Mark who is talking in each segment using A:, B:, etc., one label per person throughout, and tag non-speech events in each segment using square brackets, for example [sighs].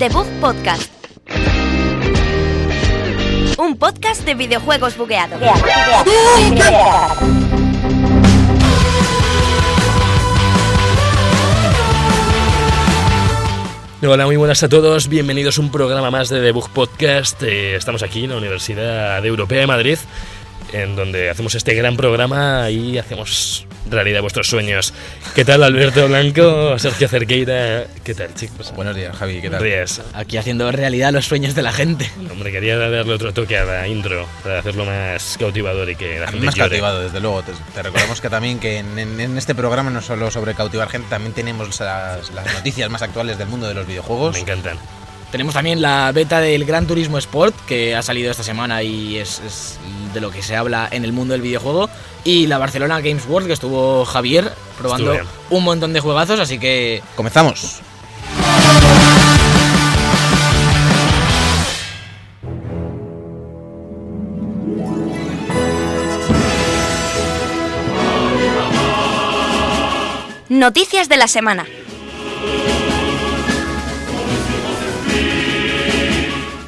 A: The Bug Podcast. Un podcast de videojuegos bugueados.
B: Hola, muy buenas a todos. Bienvenidos a un programa más de Debug Podcast. Eh, estamos aquí en la Universidad Europea de Madrid, en donde hacemos este gran programa y hacemos realidad vuestros sueños. ¿Qué tal, Alberto Blanco? Sergio Cerqueira. ¿Qué tal, chicos?
C: Buenos días, Javi, ¿qué
B: Buenos
C: tal?
B: días.
D: Aquí haciendo realidad los sueños de la gente.
B: Hombre, quería darle otro toque a la intro para hacerlo más cautivador y que la
C: A mí
B: gente
C: me has
B: llore.
C: cautivado, desde luego. Te, te recordamos que también que en, en- en este programa no solo sobre cautivar gente, también tenemos las, las noticias más actuales del mundo de los videojuegos.
B: Me encantan.
D: Tenemos también la beta del Gran Turismo Sport que ha salido esta semana y es, es de lo que se habla en el mundo del videojuego. Y la Barcelona Games World que estuvo Javier probando
B: Estuve.
D: un montón de juegazos, así que
C: Comenzamos.
A: Noticias de la semana.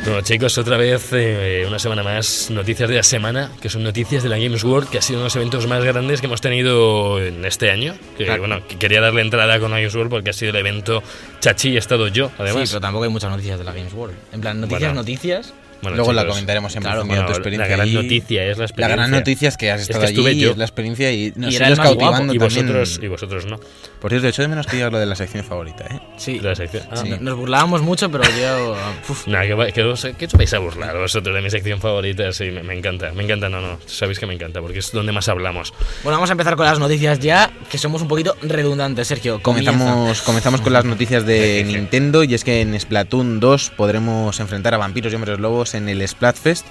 B: Bueno, chicos, otra vez, eh, una semana más, noticias de la semana, que son noticias de la Games World, que ha sido uno de los eventos más grandes que hemos tenido en este año. Que,
D: Claro.
B: Bueno, que quería darle entrada con la Games World porque ha sido el evento chachi y he estado yo, además.
D: sí, pero tampoco hay muchas noticias de la Games World. En plan, noticias,
B: Bueno.
D: noticias.
B: Bueno,
C: Luego la
B: chicos,
C: comentaremos en
B: claro,
C: profundidad
B: bueno,
C: tu experiencia.
B: La gran
C: allí.
B: noticia es la
C: La
B: experiencia.
C: gran noticia es que has
B: Es que
C: estado allí,
B: estuve yo.
C: es la experiencia y nos
D: Y era el
C: sigues
D: más guapo.
C: cautivando
B: Y
C: también.
B: vosotros, y vosotros no.
C: Por cierto, hecho de menos que digas lo de la sección favorita, ¿eh?
D: Sí.
B: La sección. Ah,
C: Sí.
B: no.
D: Nos burlábamos mucho, pero yo... [laughs] uf,
B: Nah, que, va- que os, que os vais a burlar vosotros de mi sección favorita, sí, me, me encanta, me encanta, no, no, sabéis que me encanta, porque es donde más hablamos.
D: Bueno, vamos a empezar con las noticias ya, que somos un poquito redundantes, Sergio. comienza.
C: Comenzamos, comenzamos con las noticias de
B: [laughs] Sí, sí, sí.
C: Nintendo y es que en Splatoon 2 podremos enfrentar a vampiros y hombres lobos en el Splatfest,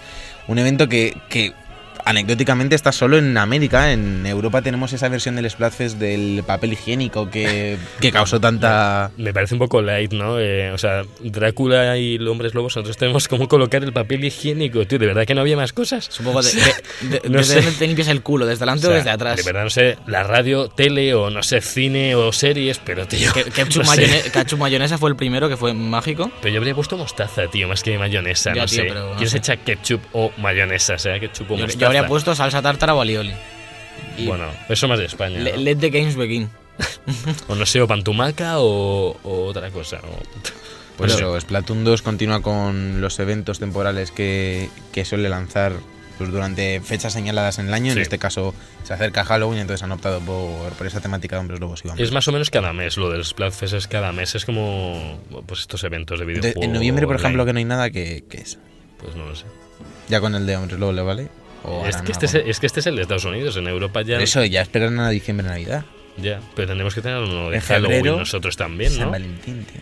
C: un evento que, que anecdóticamente está solo en América, en Europa tenemos esa versión del Splatfest del papel higiénico
B: [laughs]
C: que, que causó tanta...
B: Me parece un poco light, ¿no? Eh, o sea, Drácula y los hombres lobos, nosotros tenemos cómo colocar el papel higiénico, tío. ¿De verdad que no había más cosas?
D: Es un poco de... de-
B: [laughs]
D: de-
B: no
D: desde
B: sé.
D: dónde te limpias el culo, desde
B: O
D: delante o,
B: sea,
D: desde atrás.
B: De verdad, no sé, la radio, tele o no sé, cine o series, pero tío.
D: [laughs] Que- Ketchup,
B: [laughs] no sé.
D: mayone- ketchup mayonesa fue el primero que fue mágico.
B: Pero yo habría puesto mostaza, tío, más que mayonesa,
D: Ya,
B: no
D: tío,
B: sé.
D: pero no
B: ¿Quieres
D: sé.
B: echar ketchup o mayonesa? O sea, ketchup o
D: Yo,
B: mostaza.
D: yo habría puesto salsa tártara o alioli. Y
B: Bueno, eso más de España.
D: le-
B: ¿no?
D: let the games begin.
B: O no sé, o pantumaca o, o otra cosa. o-
C: Por
B: Pero-
C: eso, Splatoon 2 continúa con los eventos temporales que, que suele lanzar pues, durante fechas señaladas en el año,
B: Sí.
C: en este caso se acerca Halloween, entonces han optado por, por esa temática de hombres lobos y vampiros.
B: Es más o menos cada mes, lo del Splatfest es cada mes, es como pues estos eventos de
C: Entonces,
B: videojuegos.
C: en noviembre, por ejemplo, que no hay nada, que es?
B: Pues no lo sé.
C: Ya con el de Hombres Lobo le vale. O
B: es,
C: harán
B: que este es,
C: algo.
B: el- es que este es el de Estados Unidos, en Europa ya.
C: Por Eso, ya esperan a diciembre, Navidad.
B: Ya, pero tendremos que tener uno de
C: En
B: Halloween
C: febrero,
B: nosotros también,
C: San
B: ¿no?
C: Valentín, tío.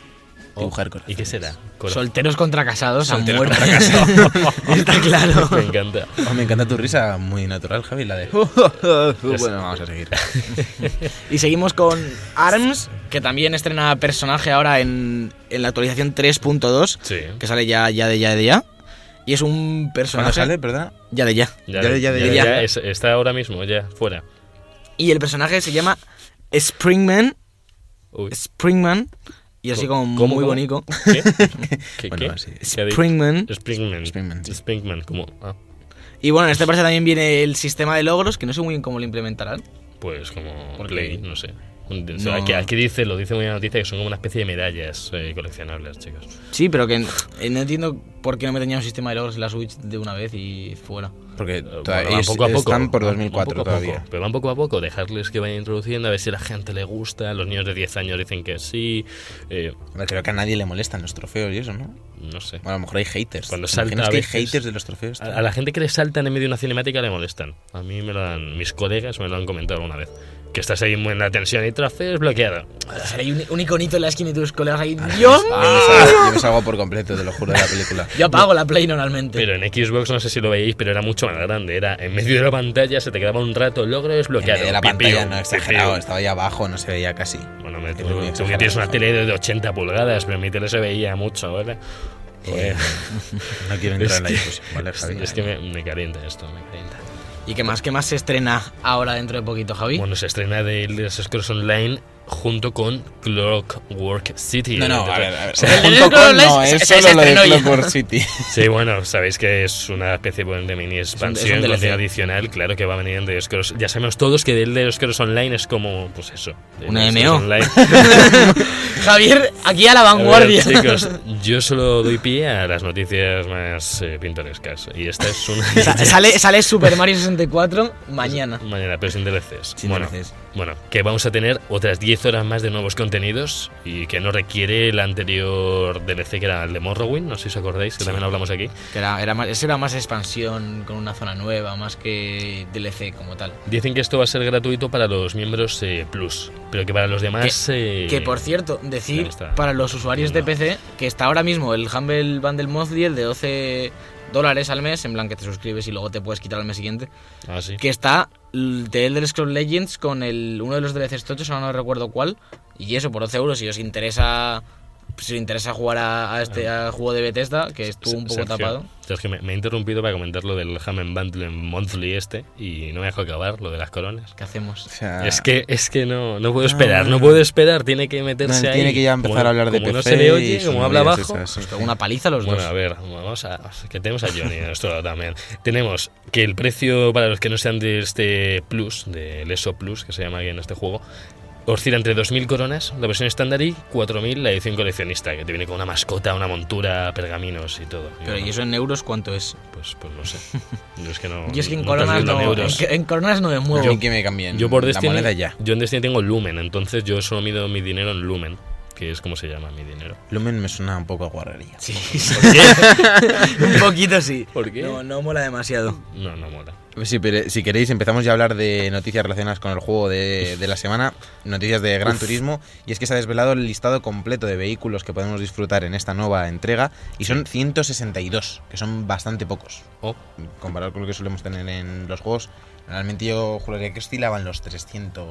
B: Oh,
C: Dibujar corazones.
B: ¿Y qué será? Cora-
D: Solteros contra casados a
C: Solteros
D: muerte.
C: contra
D: [laughs]
B: [laughs]
D: Está claro. [laughs]
B: Me encanta.
C: Oh, me encanta tu risa, muy natural, Javi,
B: [laughs]
C: la de... "Oh, bueno, vamos a seguir.
D: Y seguimos con ARMS, que también estrena personaje ahora en, en la actualización 3.2,
B: Sí.
D: que sale ya, ya de ya de ya. Y es un
C: ¿Cuándo
D: personaje...
C: sale, verdad?
D: Ya de ya.
B: Ya,
C: Ya,
B: de-
C: ya,
B: ya,
C: ya,
B: de-
D: ya.
B: ya es- está ahora mismo, ya, fuera.
D: Y el personaje se llama Springman.
B: Uy.
D: Springman. Y así como
B: ¿Cómo,
D: muy
B: cómo?
D: bonito.
B: [laughs] ¿Qué? ¿Qué,
C: Bueno,
B: qué?
C: así.
B: ¿Qué ha dicho?
D: Springman.
B: Springman.
C: Springman, sí.
B: Springman, como. ah,
D: Y bueno, en esta parte también viene el sistema de logros, que no sé muy bien cómo lo implementarán.
B: pues como.
D: Porque-
B: Play, no sé. Un- o sea,
D: No.
B: aquí, aquí dice, lo dice muy bien la noticia, que son como una especie de medallas eh, coleccionables, chicos.
D: Sí, pero que eh, [sighs] no entiendo por qué no me tenía un sistema de logros en la Switch de una vez y fuera.
C: Porque
B: Eh, Bueno,
C: todavía
B: van
C: es-
B: poco a poco.
C: están por
B: van- van
C: 2004
B: poco a poco,
C: todavía.
B: pero van poco a poco, dejarles que vayan introduciendo, a ver si a la gente le gusta. Los niños de 10 años dicen que sí. eh,
C: Hombre, Creo que a nadie le molestan los trofeos y eso, ¿no? Bueno,
B: no sé.
C: a lo mejor hay haters.
B: Cuando
C: ¿Te
B: salta
C: imaginas
B: a
C: que hay
B: veces-
C: haters de los trofeos?
B: A,
C: tío?
B: a la gente que le saltan en medio de una cinemática le molestan. A mí me lo han. Mis colegas me lo han comentado una vez. Que estás ahí muy en la tensión y trofeos bloqueado.
D: Hay un, un iconito en la esquina y tus colegas ahí. ¡Dios!
C: Yo me salgo- yo me salgo por completo, te lo juro, de la
B: [laughs]
C: película.
D: Yo apago la Play normalmente.
B: Pero en Xbox no sé si lo veíais, pero era mucho más grande. Era en medio de la pantalla, se te quedaba un rato, logro
C: En medio
B: desbloqueado.
C: de la
B: pipiu,
C: pantalla, no,
B: pipiu.
C: exagerado, estaba ahí abajo, no se veía casi.
B: Bueno, me,
C: Que
B: tú,
C: te voy a
B: tú que
C: exagerar,
B: tienes una
C: ¿no?
B: tele de 80 pulgadas, pero en mi tele se veía mucho, ¿verdad? Joder.
C: No quiero
B: Es
C: entrar en la
B: que-
C: discusión, ¿vale, Javi?
B: Es que me, me calienta esto, me calienta.
D: ¿Y qué más? ¿Qué más se estrena ahora dentro de poquito, Javi?
B: Bueno, se estrena de Elder Scrolls Online junto con Clockwork City.
C: No, no,
B: Entonces,
C: a ver, a ver.
B: o sea,
D: el
C: Junto con
D: Scrolls
C: no,
D: se-
C: es
D: se- se
C: solo lo de
D: estrenó ya.
C: Clockwork [laughs] City.
B: Sí, bueno, sabéis que es una especie bueno, de mini
D: es un
B: expansión,
D: DLC.
B: contenido adicional, claro que va a venir en Elder Scrolls. Ya sabemos todos que Elder Scrolls Online es como, pues eso.
D: Un
B: Elder
D: MMO.
B: Scrolls Online.
C: [laughs]
D: [laughs] Javier, aquí a la
B: A ver,
D: vanguardia.
B: chicos, yo solo doy pie a las noticias más eh, pintorescas. Y esta es una.
C: [laughs]
B: de
D: [laughs] Sa-
B: ellas.
D: sale, sale Super Mario 64 mañana.
B: [laughs] Mañana, pero sin DLCs.
D: Sin
B: bueno,
D: DLCs.
B: bueno, que vamos a tener otras 10 horas más de nuevos contenidos y que no requiere el anterior DLC que era el de Morrowind, no sé si os acordáis, que también hablamos aquí.
D: Que era, era más, ese era más expansión con una zona nueva, más que DLC como tal.
B: Dicen que esto va a ser gratuito para los miembros eh, Plus, pero que para los demás... eh,
D: Que por cierto, decir
B: ahí está.
D: para los usuarios de
B: No.
D: PC que está ahora mismo el Humble Bundle Monthly, el de 12 dólares al mes, en plan que te suscribes y luego te puedes quitar al mes siguiente,
B: Ah, sí.
D: que está el de Elder Scrolls Legends con el, uno de los DLCs tochos, ahora no recuerdo cuál, y eso por 12 euros, si os interesa... Si os interesa jugar a, a este a juego de Bethesda, que estuvo un poco
B: Ah. Sergio,
D: tapado.
B: Sergio, me, me he interrumpido para comentar lo del Hammond Bundle Monthly este y no me dejo acabar lo de las coronas.
D: ¿Qué hacemos?
C: O sea,
B: Es que, es que no, no puedo
C: Ah.
B: esperar, no puedo esperar, tiene que meterse
C: no,
B: ahí.
C: tiene que ya empezar
B: Como-
C: a hablar de
B: como
C: PC.
B: no se le
C: y
B: oye,
C: sus
B: como habla
C: movidas
B: abajo.
C: esas, sí.
D: Os pego una paliza a los
B: Bueno,
D: dos.
B: a ver, vamos a. Que tenemos a Johnny
D: [laughs]
B: en nuestro lado también. Tenemos que el precio para los que no sean de este Plus, del ESO Plus, que se llama aquí en este juego, oscila entre 2.000 coronas, la versión estándar, y 4.000 la edición coleccionista, que te viene con una mascota, una montura, pergaminos y todo.
D: Pero
B: yo,
D: ¿y eso en euros cuánto es?
B: Pues, pues
D: [laughs]
B: no sé. Yo es que no.
D: Yo es que en
B: no
D: coronas
B: calculo
D: no,
B: en euros.
D: en, en coronas no me
C: Yo,
D: muevo.
C: que me cambien
B: Yo por
C: la
B: Destiny,
C: moneda ya.
B: yo en Destiny tengo Lumen, entonces yo solo mido mi dinero en Lumen, que es como se llama mi
D: [laughs]
B: dinero.
C: Lumen me suena un poco a guarrería.
D: [laughs] Sí, un poquito sí.
B: ¿Por qué?
D: No, no mola demasiado.
B: No, no mola.
C: Pues Sí, pero si queréis empezamos ya a hablar de noticias relacionadas con el juego de, de la semana, noticias de Gran Turismo, y es que se ha desvelado el listado completo de vehículos que podemos disfrutar en esta nueva entrega, y son 162, que son bastante pocos.
B: Oh,
C: Comparado con lo que solemos tener en los juegos, realmente yo juraría que oscilaban los 340.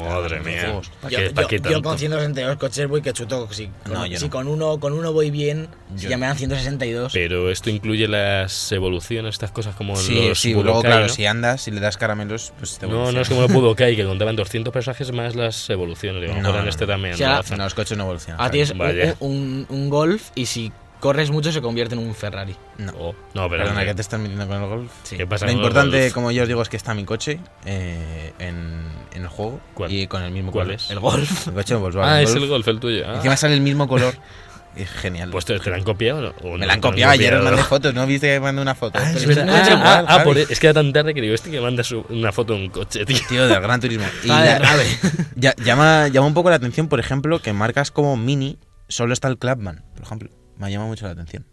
B: Madre
C: los
B: mía.
C: juegos.
B: ¿Pa'
D: Yo,
B: qué- pa'
D: yo-
B: qué
D: yo
B: tanto?
D: con 162 coches voy que chuto. Si, con,
C: No, yo
D: si
C: no.
D: con uno con uno voy bien, si
C: Yo
D: ya me
C: no.
D: dan 162.
B: Pero esto incluye las evoluciones, estas cosas como
C: Sí,
B: los
C: sí, luego
B: Budokai,
C: claro,
B: ¿no?
C: si andas y le das caramelos, pues te
B: No, no es como los Budokai, que contaban 200 personajes más las evoluciones. Digo,
C: No,
B: ahora en
C: no,
B: este
C: no.
B: también.
D: O sea,
B: lo hacen.
C: [laughs] No, los coches no
B: Ah,
C: evolucionan.
D: A ti es un,
B: Vaya.
D: un- un golf y si corres mucho se convierte en un Ferrari.
C: No.
B: Oh, no, pero
C: Perdona, que te estás metiendo con el golf?
D: Sí.
B: ¿qué pasa
C: Lo
B: con los
C: importante,
B: Golf?
C: como yo os digo, es que está mi coche eh, en, en el juego
B: ¿Cuál?
C: y con el mismo
B: ¿Cuál
C: color.
B: es?
D: El golf.
C: El coche de Volkswagen.
B: Ah,
C: Golf.
B: es el Golf, el tuyo. Ah.
C: Encima sale el mismo color. [laughs] Es genial.
B: Pues te, te la han copiado, ¿no? O
C: me
B: no
C: la han
B: te
C: copiado ayer, os
B: copiado.
C: mandé fotos, ¿no? Viste que mandé una foto.
D: Ah,
B: Es
C: Pero
B: verdad.
D: No
B: [laughs] Ah,
D: es igual,
B: ah, ah,
C: Javi.
B: por- es que era tan tarde que digo, este que manda su- una foto de un coche, tío.
C: Tío, del Gran Turismo. Y
D: Está de
C: ya-
D: rave.
C: [laughs] ya- llama, llama un poco la atención, por ejemplo, que marcas como Mini solo está el Clubman, por ejemplo. Me ha llamado mucho la atención.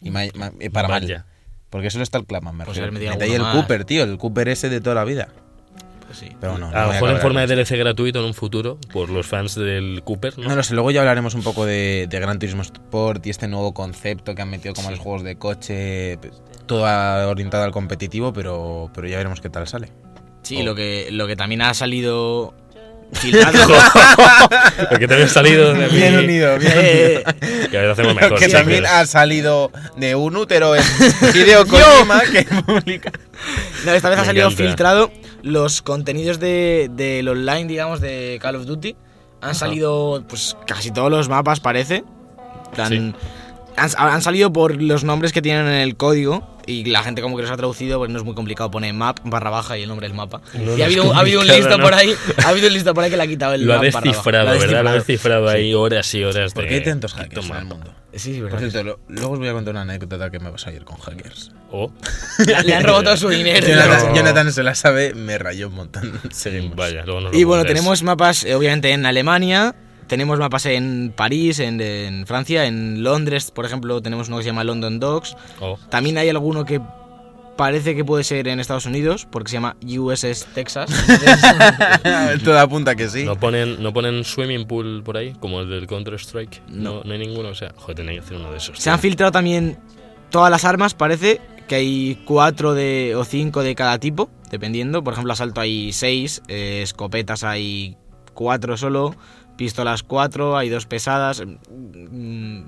C: Y me ha- me ha- eh, para mal.
B: Vaya.
C: Porque solo está el Clubman, me
D: Pues
C: refiero.
D: haber metido
C: Mete ahí el
D: alguno más.
C: Cooper, tío, el Cooper ese de toda la vida.
D: Pues sí.
C: Pero no, no
B: a lo mejor
C: voy
B: en
C: acabar
B: forma
C: con
B: de DLC gratuito en un futuro, por los fans del Cooper, ¿no?
C: No lo sé, luego ya hablaremos un poco de, de Gran Turismo Sport y este nuevo concepto que han metido como a los juegos de coche, pues, todo a- orientado al competitivo, pero, pero ya veremos qué tal sale.
D: Sí,
B: Oh.
D: lo, que, lo que también ha salido filtrado.
B: [laughs] Porque te había salido
C: [laughs]
B: de mí.
D: [laughs] Eh,
B: Que a veces hacemos [laughs]
C: Lo
B: mejor.
C: [laughs] que
B: sí,
C: también
B: pero-
C: ha salido de un útero
B: [laughs]
C: es Hideo Kojima que publica.
D: No, esta vez ha
B: Me
D: salido
B: encanta.
D: filtrado los contenidos de- del online, digamos, de Call of Duty. Han salido, pues, casi todos los mapas, parece.
B: Sí.
D: Tan- han, han salido por los nombres que tienen en el código. Y la gente como que los ha traducido, pues no es muy complicado, pone map barra baja y el nombre del mapa.
B: No,
D: y
B: no
D: ha
B: es
D: habido, ha habido un
B: complicado,
D: listo
B: ¿no?
D: por ahí, ha habido un listo por ahí que le ha quitado el
B: Lo ha
D: map barra baja.
B: descifrado,
D: Lo ha
B: ¿verdad? Lo ha
D: descifrado.
B: descifrado ahí horas y horas de.
C: ¿Por qué hay tantos hackers en el
B: mapa.
C: mundo?
D: Sí, sí,
C: Por
D: verdad.
C: cierto, lo- luego os voy a contar una anécdota que me pasó ayer con hackers.
B: [laughs] Oh.
D: Le, [laughs] le han robado todo su
B: [laughs]
D: dinero.
C: Jonathan,
B: No.
C: Jonathan se la sabe, me rayó un montón. [laughs] Seguimos.
B: Vaya, luego nos lo
D: Y bueno,
B: contáis.
D: tenemos mapas, eh, obviamente, en Alemania, tenemos mapas en París, en, en Francia, en Londres, por ejemplo, tenemos uno que se llama London Dogs.
B: Oh.
D: También hay alguno que parece que puede ser en Estados Unidos, porque se llama USS
C: [laughs]
D: Texas. Entonces,
C: Todo apunta que sí.
B: ¿No ponen, ¿No ponen swimming pool por ahí? Como el del Counter-Strike. No. no. hay ninguno. O sea, joder, tenéis que hacer uno de esos.
D: se han
B: tío.
D: filtrado también todas las armas, parece que hay cuatro de, o cinco de cada tipo, dependiendo. Por ejemplo, asalto hay seis, eh, escopetas hay cuatro solo, pistolas cuatro, hay dos pesadas. mm,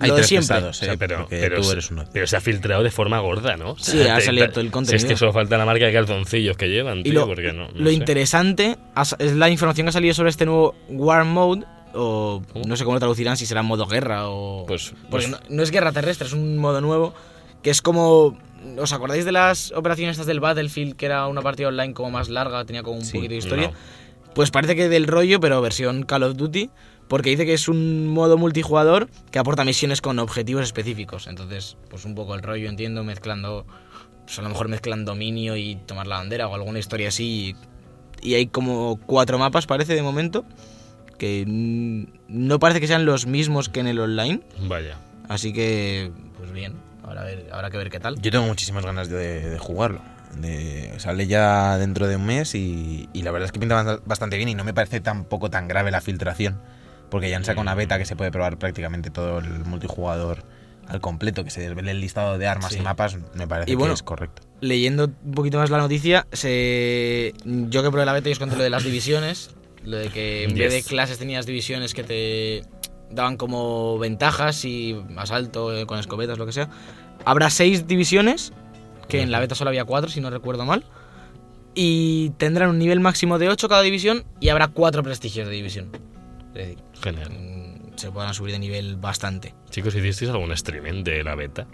C: Hay
D: lo de
C: tres
D: siempre.
C: pesados,
B: O sea,
C: eh,
B: pero,
C: porque
B: pero
C: tú
B: se-
C: eres uno.
B: pero se ha filtrado de forma gorda, ¿no? O sea,
D: Sí, ha
B: te-
D: salido
B: ta-
D: todo el
B: si Es que
D: contenido.
B: solo falta la marca de calzoncillos que llevan,
D: Y
B: tío,
D: lo,
B: porque no. no
D: lo
B: sé.
D: interesante has- es la información que ha salido sobre este nuevo War Mode, o no sé cómo lo traducirán, si será modo guerra o...
B: Pues- pues-
D: Porque no, no es guerra terrestre, es un modo nuevo, que es como... ¿Os acordáis de las operaciones estas del Battlefield, que era una partida online como más larga, tenía como un
C: Sí,
D: poquito de historia? Pues parece que del rollo, pero versión Call of Duty, porque dice que es un modo multijugador que aporta misiones con objetivos específicos. Entonces, pues un poco el rollo, entiendo, mezclando, pues a lo mejor mezclan dominio y tomar la bandera o alguna historia así. Y hay como cuatro mapas, parece, de momento, que mm, no parece que sean los mismos que en el online.
B: Vaya.
D: Así que, pues bien, ahora, a ver, habrá que ver qué tal.
C: Yo tengo muchísimas ganas de, de jugarlo. De- sale ya dentro de un mes y, y la verdad es que pinta bast- bastante bien y no me parece tampoco tan grave la filtración. Porque ya han sacado una beta que se puede probar prácticamente todo el multijugador al completo, que se desvele el listado de armas
D: Sí.
C: y mapas, me parece
D: Y bueno,
C: que es correcto.
D: leyendo un poquito más la noticia, se... yo que probé la beta y os conté lo de las divisiones, lo de que en vez de
B: Yes.
D: clases tenías divisiones que te daban como ventajas y asalto eh, con escopetas, lo que sea. Habrá seis divisiones, que en la beta solo había cuatro, si no recuerdo mal, y tendrán un nivel máximo de 8 cada división y habrá cuatro prestigios de división. Es decir,
B: Genial.
D: mm, se podrán subir de nivel bastante.
B: Chicos, ¿hicisteis algún streaming de la beta?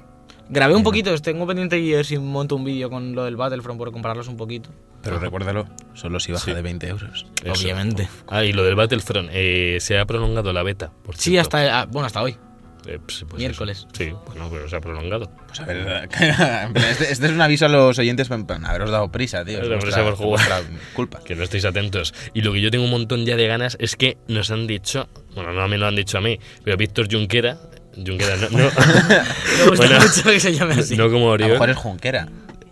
D: Grabé un poquito, os tengo pendiente y a ver si monto un vídeo con lo del Battlefront por compararlos un poquito.
C: Pero recuérdalo, solo si baja
B: Sí.
C: de 20 euros.
B: Eso.
D: Obviamente.
B: Ah, y lo del Battlefront. eh, se ha prolongado la beta, por
D: Sí,
B: cierto.
D: hasta ah, bueno, hasta hoy.
B: Eh, pues- pues
D: miércoles.
B: eso. Sí, bueno, pero se ha prolongado.
C: Pues a ver, [laughs] en plan, este, este es un aviso a los oyentes, en plan, haberos dado prisa, tío. es
B: Haberos
C: vuestra-
B: dado por jugar.
C: es vuestra Culpa.
B: Que no estéis atentos. Y lo que yo tengo un montón ya de ganas es que nos han dicho, bueno, no me lo han dicho a mí, pero Víctor Junquera, Junquera
C: [laughs]
B: no, no,
D: Me gusta
B: Bueno,
D: mucho que se [laughs] llame así.
B: no como
C: A lo mejor es
B: Oriol.
C: Junquera.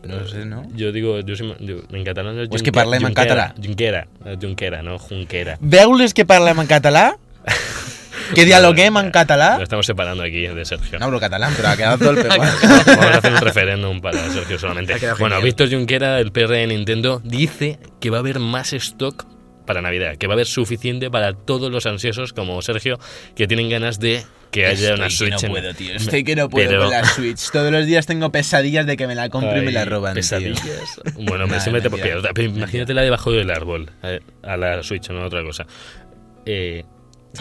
C: No sé, ¿no?
B: Yo digo, yo soy, yo- en catalán es
C: O es que
B: Junque-
C: parlem en
B: Junquera,
C: català.
B: Junquera, eh, Junquera, no Junquera.
C: Veules que parlem en català? Que dialoguem en català?
B: Lo estamos separando aquí de Sergio.
C: No hablo catalán, pero ha
B: [laughs]
C: quedado todo el peor.
B: Vamos a hacer un referéndum para Sergio solamente.
D: Ha quedado
B: Bueno,
D: genial.
B: Víctor Junquera, el PR de E Nintendo, dice que va a haber más stock para Navidad, que va a haber suficiente para todos los ansiosos como Sergio que tienen ganas de que haya una Switch. en-
C: Estoy que no puedo
B: Pero-
C: con la Switch. Todos los días tengo pesadillas de que me la compro y me la
B: Ay,
C: roban, tío.
B: pesadillas. Bueno, me
C: Nada,
B: siempre te
C: mentira,
B: pierdo. Pero imagínatela debajo del árbol, eh, a la Switch, no a otra cosa. Eh,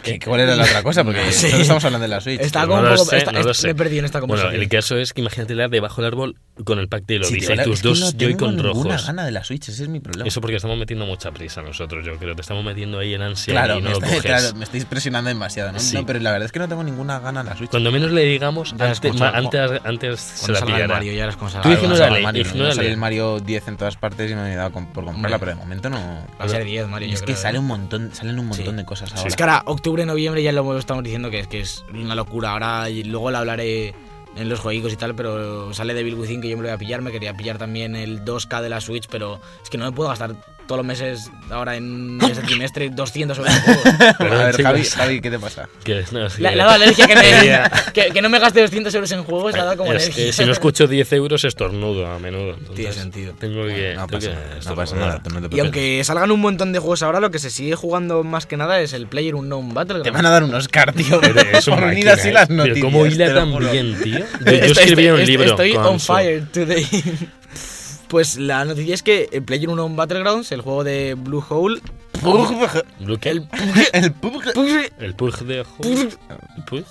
C: ¿Qué- ¿Cuál era la otra cosa? Porque
D: No sé.
C: solo estamos hablando de la Switch.
D: Está
B: no
D: como un
B: lo
D: poco.
B: sé,
D: está-
B: no lo
D: es-
B: sé.
D: Me he perdido en esta
B: Bueno,
D: conversación.
B: el caso es que imagínatela debajo del árbol con el pack de
C: Sí,
B: Lodisa
C: tío,
B: y
C: la-
B: tus
C: es que
B: dos
C: no
B: Joy-Con
C: tengo ninguna
B: rojos.
C: gana de la Switch, ese es mi problema.
B: Eso porque estamos metiendo mucha prisa nosotros, yo creo. Te estamos metiendo ahí en ansia
C: [laughs] claro,
B: y no
C: me
B: lo
C: está-
B: coges.
C: claro, me estáis presionando demasiado, ¿no?
B: Sí.
C: No, pero la verdad es que no tengo ninguna gana de la Switch.
B: Cuando menos le digamos,
D: Ya
B: antes,
D: escucha,
B: ma- antes, antes se
D: Cuando
B: la
D: salga el
B: pillará.
D: Mario, ya las cosas.
B: Tú
C: Ah,
B: dijiste
C: no
B: ignórale,
C: sale el Mario, ¿no?
B: ignórale.
C: Sale el Mario 10 en todas partes y no me he dado con- por comprarla, pero de momento no.
D: Va a ser 10, Mario. yo
C: es que
D: creo,
C: sale
D: ¿eh?
C: un montón, salen un montón
D: Sí.
C: de cosas
D: Es
C: ahora.
D: que ahora, octubre, noviembre, ya lo estamos diciendo que es, que es una locura. Ahora, y luego la hablaré en los juegos y tal, pero sale Devil Within que yo me lo voy a pillar. Me quería pillar también el 2K de la Switch, pero es que no me puedo gastar todos los meses ahora [laughs] en ese trimestre 200 euros en juegos.
B: [laughs] Perdón,
C: a ver,
B: chicos.
C: Javi, Javi, ¿qué te pasa?
B: Que- no, eh, es
D: Le,
B: que-
D: le ha dado alergia que,
B: Quería-
D: me, que, que no me gaste 200 euros en juegos, le ha dado como
B: Es
D: alergia.
B: que si no escucho 10 euros estornudo a menudo. Entonces,
D: Tiene sentido.
B: Tengo que.
C: no
B: tengo que
C: pasa, nada, no
B: estornudar.
C: pasa nada, tú no te
D: Y
C: preocupes.
D: aunque salgan un montón de juegos ahora, lo que se sigue jugando más que nada es el Player Unknown Battleground.
C: Te
D: [laughs]
C: van a dar un Oscar, tío.
B: Pero es un
C: por venir
B: máquina,
C: así
B: ¿eh?
C: las
B: Pero
C: noticias.
B: cómo hila
C: te lo
B: tan
C: juro. [laughs]
B: bien,
D: [laughs]
B: tío. Yo, yo
D: Estoy-
B: escribí un
D: estoy-
B: libro.
D: Estoy
B: con
D: on
B: su-
D: fire today. [laughs] Pues la noticia es que el Player Unknown Battlegrounds, el juego de Blue Hole,
B: Blue-
D: el,
C: El pub-
D: pues,
B: El Purg de Ojo.
D: [laughs]
B: Purg.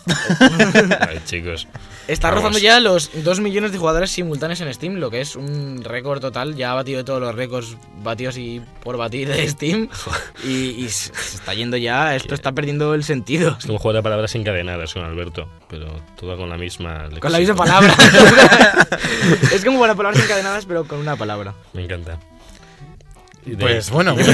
B: Ay, chicos.
D: está
B: Vamos.
D: rozando ya los 2 millones de jugadores simultáneos en Steam, lo que es un récord total. Ya ha batido todos los récords batidos y por batir de
B: [laughs]
D: Steam. Y, y se se está yendo ya, esto está perdiendo el sentido.
B: Es como jugar a palabras encadenadas con Alberto, pero toda con la misma.
D: Con la
B: léxico.
D: misma palabra. [laughs] es como para palabras encadenadas, pero con una palabra.
B: Me encanta. Y de-
C: Pues bueno, pues,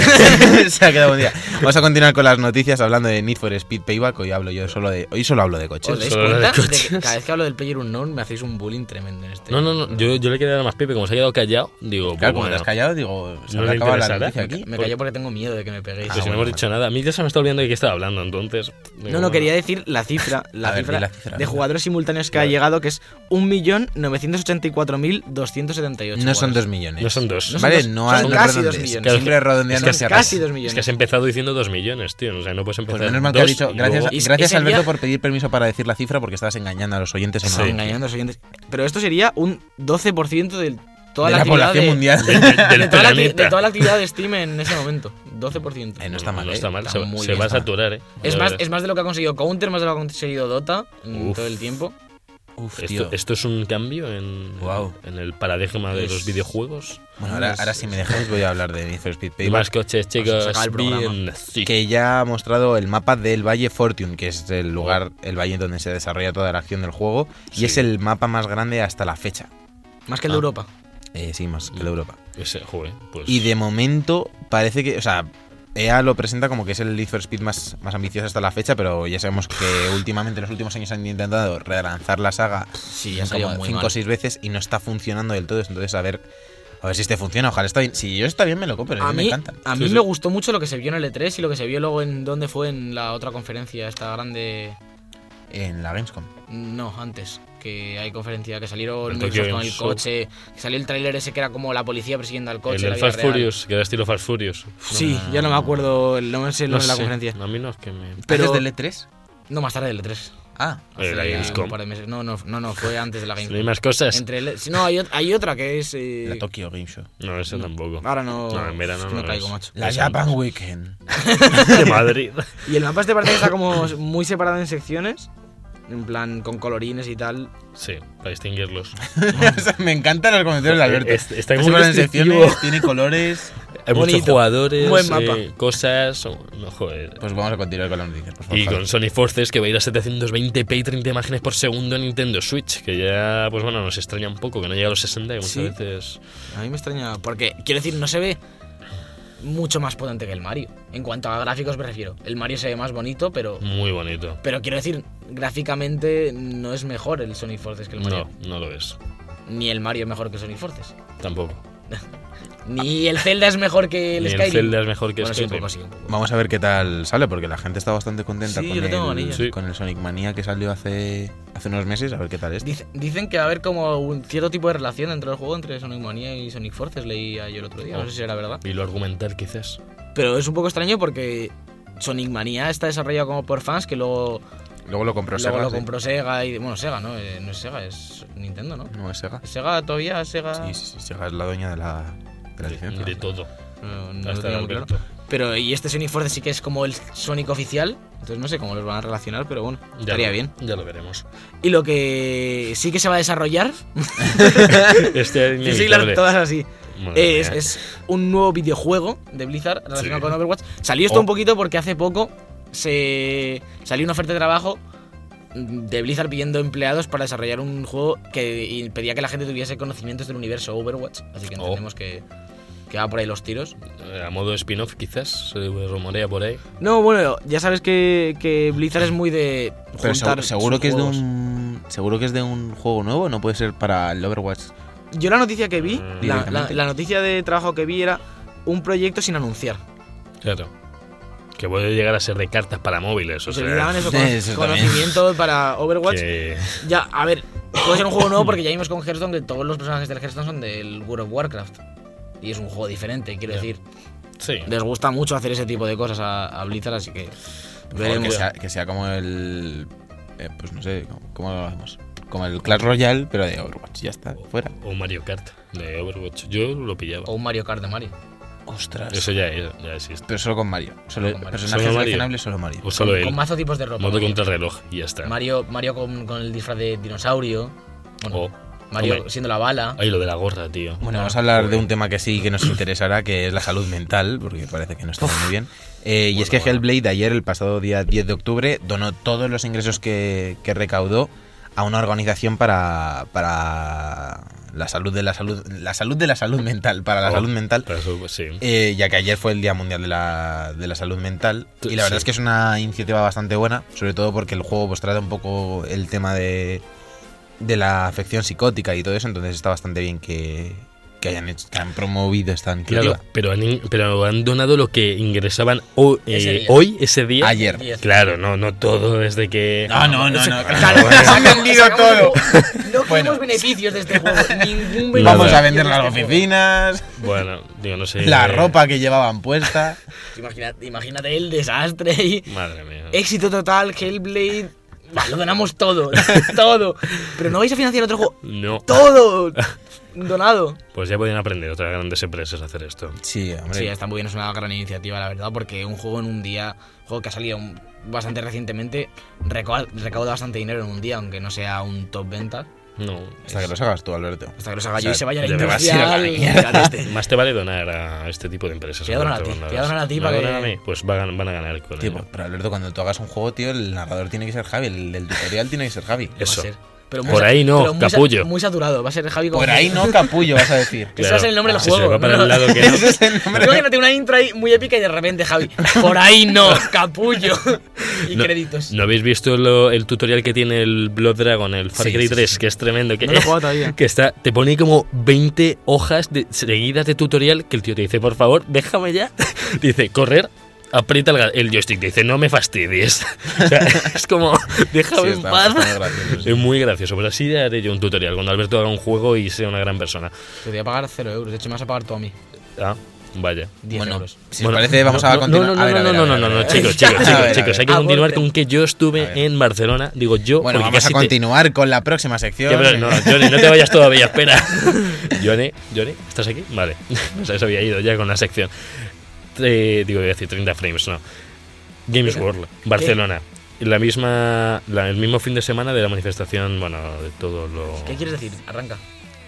C: [laughs] se ha quedado un día. Vamos a continuar con las noticias hablando de Need for Speed Payback. Hoy hablo yo solo de, hoy solo hablo de
D: ¿Os
C: coches.
D: dais
B: solo habla de
D: cuenta? de
B: coches.
D: que cada vez que hablo del Player Unknown me hacéis un bullying tremendo en este.
B: No, no, no. Yo, yo le quería dar más Pepe, como se ha quedado callado, digo. pues
C: Claro, como te
B: bueno.
C: has callado, digo, se
B: ¿No
C: habrá
B: le
C: acabado la
B: interesará?
C: noticia aquí.
D: Me callo porque tengo miedo de que me peguéis.
B: Pues si
C: Ah,
B: no
C: bueno,
B: hemos dicho nada. A mí ya se me está olvidando de qué estaba hablando, entonces.
D: no, no, quería decir la [laughs] cifra,
C: A
D: la
C: ver,
D: cifra,
C: di la cifra,
D: de
C: ¿no?
D: jugadores simultáneos que ha
B: Vale.
D: llegado, que es 1.984.278.
C: No son
D: jugadores.
C: 2 millones.
B: No son dos.
D: No son
C: Vale,
D: dos,
C: no
D: son
C: ha- no
D: casi dos
C: redondees.
D: millones.
B: Claro,
C: Siempre
B: Es
C: redondeando
B: que,
D: Son
C: hacia
D: casi
B: es que
C: atrás.
D: dos
B: has
D: millones.
B: empezado diciendo dos millones, tío. O sea, no puedes empezar.
C: Pues menos mal que ha
B: dos
C: dicho.
B: y
C: Gracias,
B: luego-
D: Y-
C: gracias
D: ese
C: Alberto
D: día-
C: por pedir permiso para decir la cifra porque estabas engañando a los oyentes en
B: Sí.
D: Estaba
C: Madrid.
D: engañando a los oyentes. Pero esto sería un 12% de toda
C: de la
D: la, actividad
C: población
D: de-
B: [laughs]
C: mundial.
B: del, del
D: de toda la acti-
B: planeta.
D: de toda la actividad de Steam en ese momento. 12%.
C: Eh, no está mal.
B: No
C: eh.
B: está mal,
D: Está
B: se,
D: muy
B: se
D: bien,
B: va a
D: está mal.
B: saturar, ¿eh?
D: Es
B: Ya
D: más,
B: verás.
D: es más de lo que ha conseguido Counter, más de lo que ha conseguido Dota en
B: Uf.
D: todo el tiempo.
C: Uf, tío.
B: esto, esto es un cambio en,
C: Guau.
B: en el paradigma de
D: Es-
B: los videojuegos.
C: Bueno, ahora, ahora si me dejáis voy a hablar de Need for Speed
B: Y
C: Payback.
B: más coches, chicos.
D: Pues acaba el programa.
B: Bien, sí.
C: que ya ha mostrado el mapa del Valle Fortune, que es el lugar, el valle donde se desarrolla toda la acción del juego,
B: Sí.
C: y es el mapa más grande hasta la fecha.
D: Más que el de
B: Ah.
D: Europa.
C: Eh, sí, más que el de Europa.
B: Ese, joder, pues-
C: Y de momento parece que, o sea, EA lo presenta como que es el Need for Speed más, más ambicioso hasta la fecha, pero ya sabemos que últimamente en los últimos años han intentado relanzar la saga
D: Sí,
C: como cinco o seis veces y no está funcionando del todo, entonces a ver, a ver si este funciona, ojalá está bien. Si yo está bien me lo compro, a
D: A
C: mí me
D: mí,
C: encantan.
D: a
B: Sí,
D: mí
B: sí.
D: me gustó mucho lo que se vio en el E3 y lo que se vio luego en dónde fue en la otra conferencia, esta grande.
C: En la Gamescom.
D: No, antes. Que hay conferencia que salieron
B: El
D: Microsoft
B: Tokyo
D: con
B: Game
D: el
B: Show.
D: coche. Que salió el tráiler ese que era como la policía persiguiendo al coche.
B: el del
D: en la vida
B: Fast
D: real.
B: Furious, que era estilo Fast Furious.
D: Sí, ya no me acuerdo el nombre, sé el
B: No
D: nombre de la
B: sé,
D: conferencia.
B: A mí no es que me.
D: Pero-
C: ¿Antes del E3?
D: No, más tarde del E3.
C: Ah,
B: Eh, la
D: Hace ya
B: Gamescom.
D: un par de meses. No, no, no, no, fue antes de la
B: Si no hay
D: Gamescom.
B: más cosas.
D: Entre el- si No, hay, ot- hay otra que es. eh,
C: la Tokyo Game Show.
B: No, eso
D: No. Ah,
B: tampoco.
D: Ahora no.
B: No, en verano
D: Uf,
B: no
D: me
B: lo
D: caigo,
B: es.
D: macho.
C: La
B: Exacto.
C: Japan Weekend.
B: [laughs] De Madrid.
D: Y el mapa este parece que está como muy separado en secciones. En plan, con colorines y tal.
B: Sí, para distinguirlos.
C: [laughs] O sea, me encantan los comentarios de Alberto.
B: Es- está muy
C: separado en
B: descriptivo.
C: secciones, tiene colores.
B: Hay muchos
D: Bonito.
B: jugadores,
D: Buen mapa.
B: eh, cosas. o- No, joder.
C: Pues vamos a continuar con las noticias, por favor.
B: Y con Sony Forces que va a ir a 720p y 30 imágenes por segundo en Nintendo Switch, que ya, pues bueno, nos extraña un poco que no llega a los 60 y muchas
D: Sí.
B: veces.
D: A mí me extraña. Porque, quiero decir, no se ve mucho más potente que el Mario. En cuanto a gráficos me refiero. El Mario se ve más bonito, pero.
B: Muy bonito.
D: Pero quiero decir, gráficamente no es mejor el Sonic Forces que el Mario.
B: No, no lo es.
D: Ni el Mario es mejor que el Sonic Forces.
B: Tampoco.
D: Ni el Zelda es mejor que el
B: Ni
D: Skyrim.
B: el Zelda es mejor que
D: bueno, sí, un
B: Skyrim.
D: poco, sí, un poco.
C: Vamos a ver qué tal sale, porque la gente está bastante contenta
D: Sí,
C: con,
D: yo le tengo
C: el,
D: ganas.
B: Sí.
C: con el Sonic Mania que salió hace, hace unos meses. A ver qué tal es.
D: Dice- dicen que va a haber como un cierto tipo de relación entre el juego, entre Sonic Mania y Sonic Forces, leía yo el otro día, no
B: Oh.
D: sé si era verdad.
B: Y lo argumentar quizás.
D: Pero es un poco extraño porque Sonic Mania está desarrollado como por fans que luego,
C: Luego lo compró
D: luego
C: Sega.
D: lo
C: sí.
D: compró Sega y... Bueno, Sega, ¿no? Eh, no es Sega, es Nintendo, ¿no?
C: No es Sega.
D: Sega todavía, Sega...
C: Sí, sí, sí, Sega es la dueña de la, de la
B: De,
C: licencia.
B: de todo.
D: No, no lo
B: Hasta el
D: tenía muy claro.
B: Alberto.
D: Pero y este Sonic Forces sí que es como el Sonic oficial, entonces no sé cómo los van a relacionar, pero bueno,
B: Ya
D: estaría
B: lo-
D: bien.
B: Ya lo veremos.
D: Y lo que sí que se va
C: [laughs]
D: a desarrollar, [laughs]
B: Este
D: sí, sí, claro,
B: inevitable.
D: todas así,
B: Madre
D: Es,
B: mía.
D: es un nuevo videojuego de Blizzard relacionado
B: Sí.
D: con Overwatch. Salió esto
B: Oh.
D: un poquito porque hace poco se salió una oferta de trabajo de Blizzard pidiendo empleados para desarrollar un juego que y pedía que la gente tuviese conocimientos del universo Overwatch. Así que
B: Oh.
D: entendemos que, que va por ahí los tiros.
B: Eh, A modo spin-off, quizás. Se rumorea por ahí.
D: No, bueno, ya sabes que, que Blizzard es muy de
C: Pero segu-
D: juntar
C: seguro
D: sus
C: que es de
D: juegos.
C: un seguro que es de un juego nuevo, no puede ser para el Overwatch.
D: Yo la noticia que vi,
B: Mm.
D: la- la,
C: Directamente.
D: la noticia de trabajo que vi era un proyecto sin anunciar.
B: Claro. Que puede llegar a ser de cartas para móviles. O
D: se le daban
B: sea,
C: [laughs]
D: eso,
C: sí,
D: cono-
C: eso también.
D: conocimiento
C: [laughs]
D: para Overwatch.
B: que- [laughs]
D: Ya, a ver, puede ser un juego nuevo porque ya vimos con Hearthstone que todos los personajes del Hearthstone son del World of Warcraft. Y es un juego diferente, quiero
B: Ya.
D: decir.
B: Sí.
D: Les gusta mucho hacer ese tipo de cosas a, a Blizzard, así que
C: Que
D: veremos.
C: sea, que sea como el. eh, pues no sé, como- ¿cómo lo llamamos? Como el Clash Royale, pero de Overwatch. Ya está, fuera.
B: O Mario Kart de Overwatch. Yo lo pillaba.
D: O un Mario Kart de Mario.
C: Ostras.
B: Eso ya, es- ya existe.
C: Pero solo con Mario. Solo,
D: Con Mario.
C: personajes
B: Eh, Solo Mario.
C: seleccionables, solo Mario.
B: O solo él.
D: Con mazo tipos de ropa.
B: Modo
D: Mario.
B: contrarreloj y ya está.
D: Mario, Mario con, con el disfraz de dinosaurio. Bueno,
B: O-
D: Mario
B: Oh, hombre.
D: siendo la bala.
B: Ay, lo de la gorra, tío.
C: Bueno, vamos a hablar de un tema que sí que nos interesará, que es la salud mental, porque parece que no está muy bien. Eh, y es que
B: Bueno, bueno.
C: Hellblade ayer, el pasado día 10 de octubre, donó todos los ingresos que, que recaudó a una organización para, para la salud de la salud, la salud de la salud mental, para la
B: Oh,
C: salud mental.
B: Para eso, sí.
C: Eh, ya que ayer fue el Día Mundial de la, de la Salud Mental.
B: Tú-
C: Y la verdad
B: sí.
C: es que es una iniciativa bastante buena, sobre todo porque el juego pues, trata un poco el tema de, de la afección psicótica y todo eso, entonces está bastante bien que, que que hayan, hecho- que han promovido esta iniciativa.
B: Claro, pero han, in- pero han donado lo que ingresaban ho- eh,
D: Ese día.
B: hoy, ese día.
C: Ayer.
D: Diez.
B: Claro, no, no todo desde que.
C: No, no, no, no. [laughs]
D: Se ha
C: vendido todo.
D: No queremos
C: Bueno.
D: beneficios de este juego. Ningún beneficio.
C: Vamos a
B: Nada.
C: vender
D: de
C: las
D: este
C: oficinas,
B: Bueno, digo, no sé.
C: la
B: eh,
C: ropa que llevaban puesta.
D: juego. Imagínate, imagínate el desastre. y-
B: Madre mía.
D: Éxito total, Hellblade. Bah, lo donamos todo. [laughs] todo. Pero no vais a financiar otro
B: [laughs]
D: juego.
B: No. ah,
D: Todo. Donado.
B: Pues ya podían aprender otras grandes empresas a hacer esto.
C: Sí, hombre.
D: Sí, está muy bien, es una gran iniciativa, la verdad, porque un juego en un día, un juego que ha salido un- bastante recientemente, reco- recauda bastante dinero en un día, aunque no sea un top venta.
B: No.
C: Hasta que lo hagas tú, Alberto.
D: Hasta que los haga yo
C: O
D: y
C: sea,
D: se vaya a la
B: de verdad,
D: industria.
B: sí, a la
D: al-
B: mierda.
D: al este.
B: Más te vale donar a este tipo de empresas.
D: Te voy a donar a
B: Alberto,
D: ti,
B: cuando
D: te voy a
B: hagas-
D: donar a ti
B: ¿Me
D: para
B: donan
D: que-
B: a mí? Pues van, a- van a ganar con
C: Tipo,
B: ello.
C: pero Alberto, cuando tú hagas un juego, tío, el narrador tiene que ser Javi, el del tutorial tiene que ser Javi.
D: Va a
B: Eso.
D: ser. Pero
B: Por
D: sa-
B: ahí no,
D: pero muy sa-
B: capullo.
D: Muy saturado, va a ser Javi con-
C: Por
D: [laughs]
C: ahí no, capullo, vas a [laughs] decir.
D: Ese va a ser el nombre del
B: si
D: juego,
B: Se va para
D: ¿no?
B: el lado
C: [laughs]
B: que no.
C: Ese es el nombre.
D: Imagínate una intro ahí muy épica y de repente Javi. Por ahí no, capullo. y
B: No,
D: créditos.
B: ¿No habéis visto lo- el tutorial que tiene el Blood Dragon, el Far
C: Sí,
B: Cry
C: sí,
B: 3,
C: sí.
B: que es tremendo? Que,
D: No lo he jugado todavía.
B: [laughs] que está, te pone como 20 hojas de, seguidas de tutorial que el tío te dice, por favor, déjame ya. [laughs] dice, correr, aprieta el, ga- el joystick. Te dice, no me fastidies. [laughs] o sea, es como, déjame
C: Sí,
B: en
C: está-
B: paz.
C: está muy gracioso, sí.
B: Es muy gracioso, pues así haré yo un tutorial cuando Alberto haga un juego y sea una gran persona.
D: Te voy a pagar 0 euros, de hecho me vas a pagar todo a mí.
B: Ah, vaya.
D: 10
C: Bueno,
D: euros.
C: si os
B: Bueno,
C: parece, vamos
B: no,
C: a
B: no,
C: continuar.
B: No, no,
C: A ver, a
B: no,
C: ver,
B: no,
C: a
B: no,
C: ver,
B: no,
C: a
B: no,
C: ver. [laughs]
B: chicos, chicos,
C: A ver, a
B: chicos, chicos, hay que
D: ver.
B: continuar
D: Aborten.
B: con que yo
C: A ver.
B: estuve en Barcelona. Digo yo,
C: Bueno,
B: porque
C: vamos a
B: casi te-
C: continuar con la próxima sección.
B: Ya, pero no, Johnny, no te vayas todavía, espera. [laughs] Johnny, Johnny, ¿estás aquí? Vale, [laughs] no sabes, había ido ya con la sección. Eh, digo, voy a decir 30 frames, no. Games World, Barcelona. La misma, la- el mismo fin de semana de la manifestación, bueno, de todo lo...
D: ¿Qué quieres decir? Arranca.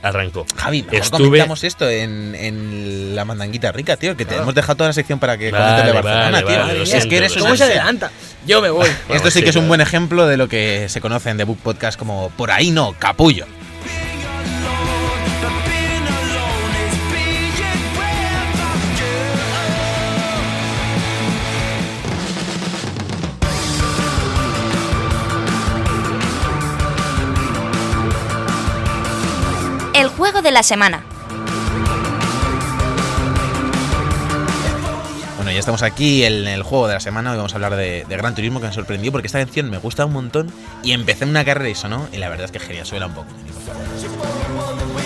B: Arrancó.
C: Javi, mejor
B: Estuve-
C: comentamos esto en, en la mandanguita rica, tío, que te
D: Claro.
C: hemos dejado toda la sección para que
B: Vale,
C: comentes de
B: vale,
C: Barcelona,
B: vale,
C: tío.
B: lo
C: es
B: siento,
C: que eres
B: lo
C: un
D: ¿Cómo se
B: siento.
C: ansia.
D: adelanta? Yo me voy.
B: Bueno,
C: Esto sí que es
B: sí,
C: un
B: claro.
C: buen ejemplo de lo que se conoce en The Book Podcast como por ahí no, capullo.
A: El juego de la semana.
C: Bueno, ya estamos aquí en el juego de la semana. Hoy vamos a hablar de, de Gran Turismo, que me sorprendió porque esta canción me gusta un montón. Y empecé una carrera y sonó, y la verdad es que genial, suena un poco. Por favor.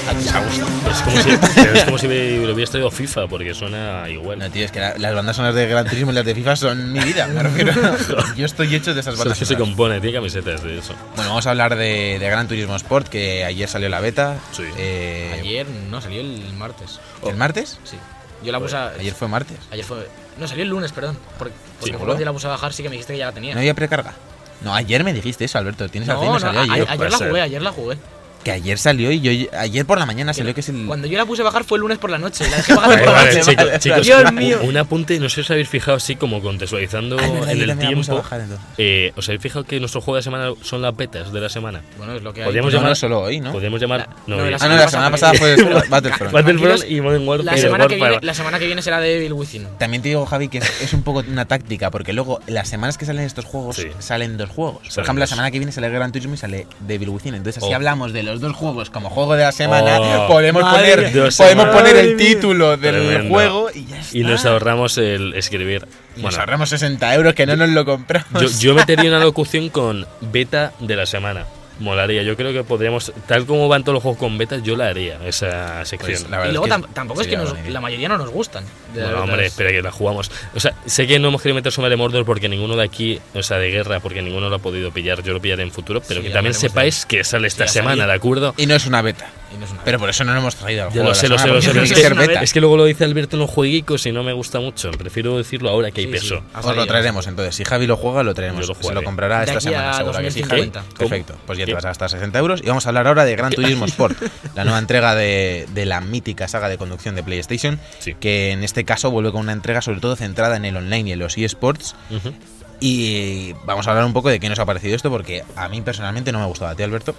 C: A tus a gusto.
B: Pero es como si, [laughs] pero es como si me- lo hubieras traído FIFA, porque suena igual.
C: No, tío, es que la- las bandas sonoras de Gran Turismo y las de FIFA son mi vida, me
D: [laughs]
C: refiero. [laughs] Yo estoy hecho de esas
B: Solo
C: bandas
B: que se
C: sonoras.
B: compone, tiene camisetas de eso.
C: Bueno, vamos a hablar de, de Gran Turismo Sport, que ayer salió la beta.
B: Sí.
C: Eh,
D: [laughs] Ayer no, salió el martes.
C: ¿El martes?
D: Sí. Yo la puse. a-
C: Ayer fue martes.
D: Ah, Ayer fue. No, salió el lunes, perdón. Porque, porque
C: ¿no?
D: por la noche la puse a bajar, sí que me dijiste que ya la tenía.
C: ¿No había precarga? No, ayer me dijiste eso, Alberto. Tienes
D: No,
C: razón, me
D: no,
C: salió
D: a-
C: ayer.
D: ayer Ah,
B: puede
D: la
B: ser.
D: jugué, ayer la jugué.
C: Que ayer salió y yo ayer por la mañana salió que es el
D: Cuando yo la puse a bajar fue el lunes por la noche. La [laughs] dejé bajar
B: Vale,
D: por la
B: vale,
D: noche.
B: chicos,
C: vale,
B: chicos,
D: Dios
B: un-
D: mío.
B: un apunte, no sé si os habéis fijado así como contextualizando
C: Ah, es verdad,
B: en
C: yo
B: el
C: también la puse a
B: tiempo.
C: bajar, entonces.
B: eh, ¿Os habéis fijado que nuestro juego de la semana son las betas de la semana?
D: Bueno, es lo que hay.
B: Podríamos
C: No,
B: llamar
C: no, solo hoy, ¿no?
B: Podríamos llamar
D: La-
B: no,
D: no,
B: ya.
D: la
C: Ah, no, la semana pasada fue
D: [laughs]
C: Battlefront.
B: Battlefront
D: Tranquilos,
B: y Modern Warfare.
D: La semana, que viene,
B: Warfare.
D: la semana que viene será de Bill Within.
C: También te digo, Javi, que es, es un poco una táctica, porque luego las semanas que salen estos juegos
B: Sí.
C: salen dos juegos. Por
B: Salen
C: ejemplo, la
B: dos.
C: semana que viene sale Gran Turismo y sale Devil Within. Entonces, así
B: Oh.
C: hablamos de los dos juegos como juego de la semana.
B: Oh.
C: podemos
D: Madre
C: poner,
B: mía. Dos
C: podemos
B: semanas.
C: poner el
B: Madre mía.
C: título del
B: Tremendo.
C: juego y ya está.
B: Y nos ahorramos el escribir.
C: Y nos
B: Bueno,
C: ahorramos 60 euros que no nos lo compramos.
B: yo, yo metería
C: [laughs]
B: una locución con beta de la semana. Molaría, yo creo que podríamos, tal como van todos los juegos con betas, yo la haría, esa sección.
C: Pues, la
D: Y
C: verdad
D: luego
C: es que
D: tam- tampoco es que
C: sería
D: nos-
C: buena idea.
D: la mayoría no nos gustan. de
B: Bueno,
D: verdad.
B: hombre, espera que la jugamos. O sea, sé que no hemos querido meter sombra de Mordor porque ninguno de aquí, o sea, de guerra, porque ninguno lo ha podido pillar. Yo lo pillaré en futuro, pero
D: Sí,
B: que
D: ya
B: también
D: hablaremos de
B: sepáis que sale esta
D: ya
B: semana,
D: salió.
B: ¿de acuerdo?
C: Y no es una beta.
D: Y no es una-
C: Pero por eso no lo hemos traído al
B: Ya lo
C: juego. de la
B: sé, lo sé,
C: semana,
B: lo sé.
C: porque
B: pero
D: no
B: Es
C: tiene
D: sé
C: que
D: si
C: ser
D: es una
C: beta.
D: beta.
B: es que luego lo dice Alberto en los jueguicos y no me gusta mucho. Prefiero decirlo ahora que hay
D: Sí,
B: peso.
D: sí.
C: Os lo traeremos entonces. Si Javi lo juega, lo traeremos.
B: Yo lo
C: Se
B: jugaré.
C: lo comprará
D: De
C: esta
D: aquí
C: semana,
D: a
C: seguro que sí.
D: 2050.
C: Javi.
B: ¿Cómo?
C: Perfecto. Pues ya
B: ¿Qué?
C: te vas a gastar 60 euros. Y vamos a hablar ahora de Gran
B: [laughs]
C: Turismo Sport, la nueva entrega de, de la mítica saga de conducción de PlayStation.
B: Sí.
C: Que en este caso vuelve con una entrega, sobre todo centrada en el online y en los eSports.
B: Ujú.
C: Y vamos a hablar un poco de qué nos ha parecido esto, porque a mí personalmente no me ha gustado. ¿A ti, Alberto?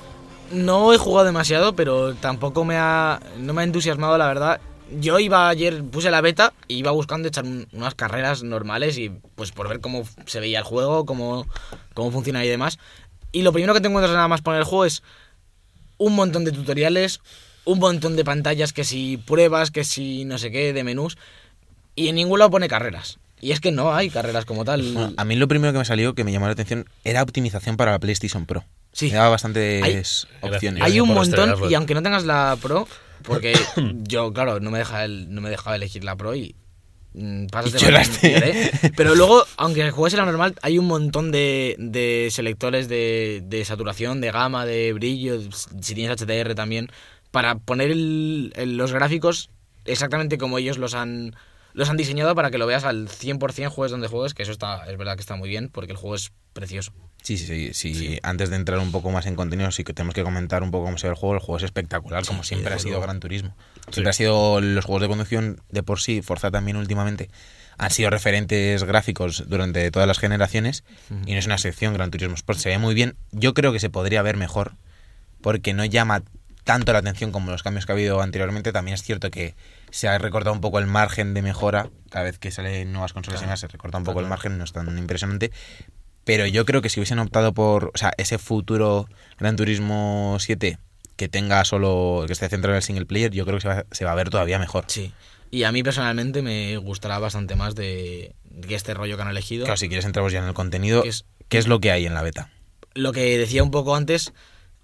D: No he jugado demasiado, pero tampoco me ha, no me ha entusiasmado, la verdad. Yo iba ayer, puse la beta y iba buscando echar un- unas carreras normales y pues por ver cómo se veía el juego, cómo, cómo funciona y demás. Y lo primero que te encuentras nada más poner el juego es un montón de tutoriales, un montón de pantallas, que si pruebas, que si no sé qué, de menús. Y en ningún lado pone carreras. Y es que no hay carreras como tal.
C: Bueno, [laughs] a mí lo primero que me salió, que me llamó la atención, era optimización para la PlayStation Pro.
D: Sí.
C: Me daba bastantes
B: Hay-
C: opciones.
D: Hay
B: Yo
D: un
B: por pues.
D: montón,
B: estrenarlo.
D: y aunque no tengas la Pro,
B: [coughs]
D: porque yo, claro, no me deja el, no me dejaba elegir la Pro y mm, pasas
C: Y
D: de [laughs]
C: lloraste.
D: bastante, ¿eh? Pero luego, aunque juegues en la normal, hay un montón de, de selectores de, de saturación, de gama, de brillo, si tienes HDR también, para poner el- el- los gráficos exactamente como ellos los han los han diseñado para que lo veas al 100% juegues donde juegues, que eso está es verdad que está muy bien porque el juego es precioso.
C: Sí, sí, sí, sí. Antes de entrar un poco más en contenido, sí que tenemos que comentar un poco cómo se ve el juego. El juego es espectacular, como siempre ha sido Gran Turismo. Siempre ha sido los juegos de conducción de por sí, Forza también últimamente, han sido referentes gráficos durante todas las generaciones y no es una sección Gran Turismo Sport. Se ve muy bien. Yo creo que se podría ver mejor porque no llama tanto la atención como los cambios que ha habido anteriormente. También es cierto que se ha recortado un poco el margen de mejora. Cada vez que salen nuevas consolas y demás, se recorta un poco el margen, no es tan impresionante. Pero yo creo que si hubiesen optado por, o sea, ese futuro Gran Turismo 7 que tenga solo, que esté centrado en el single player, yo creo que se va, se va a ver todavía mejor.
D: Sí. Y a mí personalmente me gustará bastante más de que este rollo que han elegido.
C: Claro, si quieres entramos ya en el contenido,
D: Que es-
C: ¿qué es lo que hay en la beta?
D: Lo que decía un poco antes,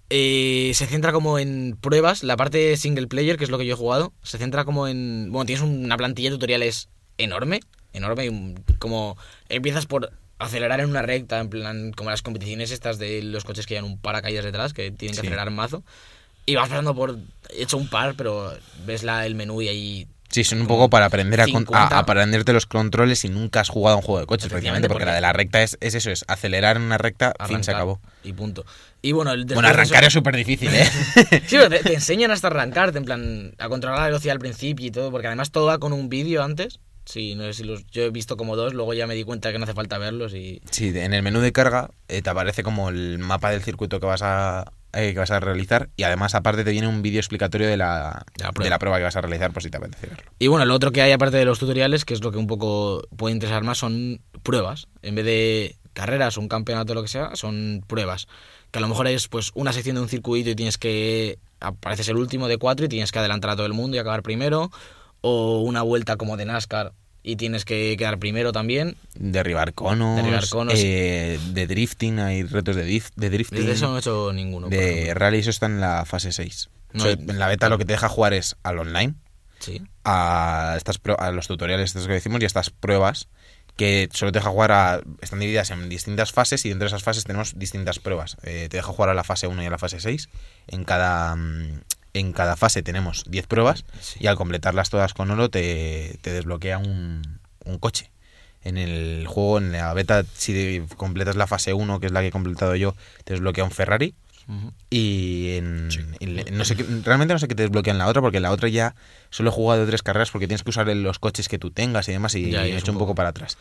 D: eh, se centra como en pruebas, la parte single player, que es lo que yo he jugado, se centra como en... Bueno, tienes una plantilla de tutoriales enorme, enorme, y un- como empiezas por acelerar en una recta, en plan como las competiciones estas de los coches que llevan un paracaídas detrás, que tienen que
C: Sí.
D: acelerar mazo, y vas pasando por... He hecho un par, pero ves la, el menú y ahí
C: Sí, son un
D: Como
C: poco para aprender a, con- a-
D: 50.
C: a aprenderte los controles si nunca has jugado a un juego de coches,
D: Efectivamente,
C: efectivamente, porque,
D: porque-
C: la de la recta es, es eso, es acelerar en una recta, fin, se
D: arrancar,
C: acabó.
D: Y punto. Y bueno, el
C: Bueno, arrancar es súper difícil, ¿eh?
D: [laughs] Sí, pero te, te enseñan hasta arrancarte, en plan, a controlar la velocidad al principio y todo, porque además todo va con un vídeo antes. Sí, no sé si los, yo he visto como dos, luego ya me di cuenta que no hace falta verlos y...
C: Sí, de- en el menú de carga eh, te aparece como el mapa del circuito que vas a eh, que vas a realizar y además aparte te viene un vídeo explicatorio de la,
D: De la prueba.
C: de que vas a realizar por si te apetece verlo.
D: Y bueno, lo otro que hay aparte de los tutoriales, que es lo que un poco puede interesar más, son pruebas. En vez de carreras o un campeonato o lo que sea, son pruebas. Que a lo mejor es pues una sección de un circuito y tienes que... Apareces el último de cuatro y tienes que adelantar a todo el mundo y acabar primero. O una vuelta como de NASCAR y tienes que quedar primero también.
C: Derribar conos,
D: Derribar conos.
C: eh, de drifting, hay retos de, dif- de drifting,
D: Desde eso no he hecho ninguno. por
C: de
D: ejemplo.
C: rally, eso está en la fase 6.
D: No
C: O sea,
D: hay-
C: en la beta lo que te deja jugar es al online,
D: Sí.
C: a, estas pro- a los tutoriales estos que decimos y a estas pruebas que solo te deja jugar a... Están divididas en distintas fases y dentro de esas fases tenemos distintas pruebas. Eh, te deja jugar a la fase 1 y a la fase 6. En cada, mm, en cada fase tenemos 10 pruebas
D: Sí.
C: y al completarlas todas con oro te, te desbloquea un, un coche. En el juego, en la beta, si completas la fase 1, que es la que he completado yo, te desbloquea un Ferrari.
D: Ujú.
C: Y en, en le- no sé qué- realmente no sé qué te desbloquean la otra, porque en la otra ya solo he jugado tres carreras porque tienes que usar el- los coches que tú tengas y demás, y
D: Ya, ya
C: he
D: es
C: hecho
D: un
C: un poco
D: poco.
C: para atrás.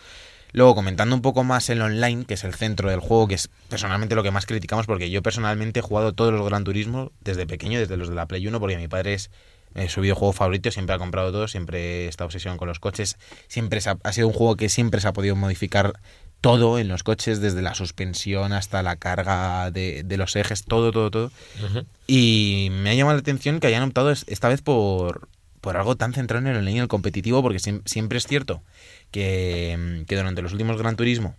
C: Luego, comentando un poco más el online, que es el centro del juego, que es personalmente lo que más criticamos, porque yo personalmente he jugado todos los Gran Turismo desde pequeño, desde los de la Play 1, porque mi padre es eh, su videojuego favorito, siempre ha comprado todo, siempre está obsesión con los coches, siempre se ha, ha sido un juego que siempre se ha podido modificar todo en los coches, desde la suspensión hasta la carga de, de los ejes, todo, todo, todo.
B: Ujú.
C: Y me ha llamado la atención que hayan optado es- esta vez por, por algo tan centrado en el online y el competitivo, porque siem- siempre es cierto que, mm, que durante los últimos Gran Turismo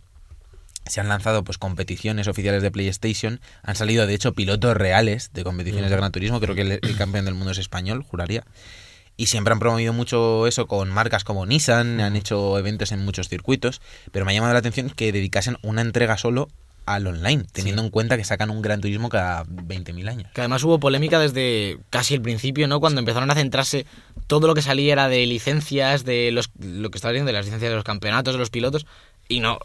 C: se han lanzado pues competiciones oficiales de PlayStation, han salido de hecho pilotos reales de competiciones de Gran Turismo, creo que el, el campeón del mundo es español, juraría. Y siempre han promovido mucho eso con marcas como Nissan, han hecho eventos en muchos circuitos, pero me ha llamado la atención que dedicasen una entrega solo al online, teniendo en cuenta que sacan un Gran Turismo cada 20.000 años.
D: Que además hubo polémica desde casi el principio, ¿no? Cuando empezaron a centrarse todo lo que salía era de licencias, de los, lo que estaba diciendo, de las licencias de los campeonatos, de los pilotos, y no,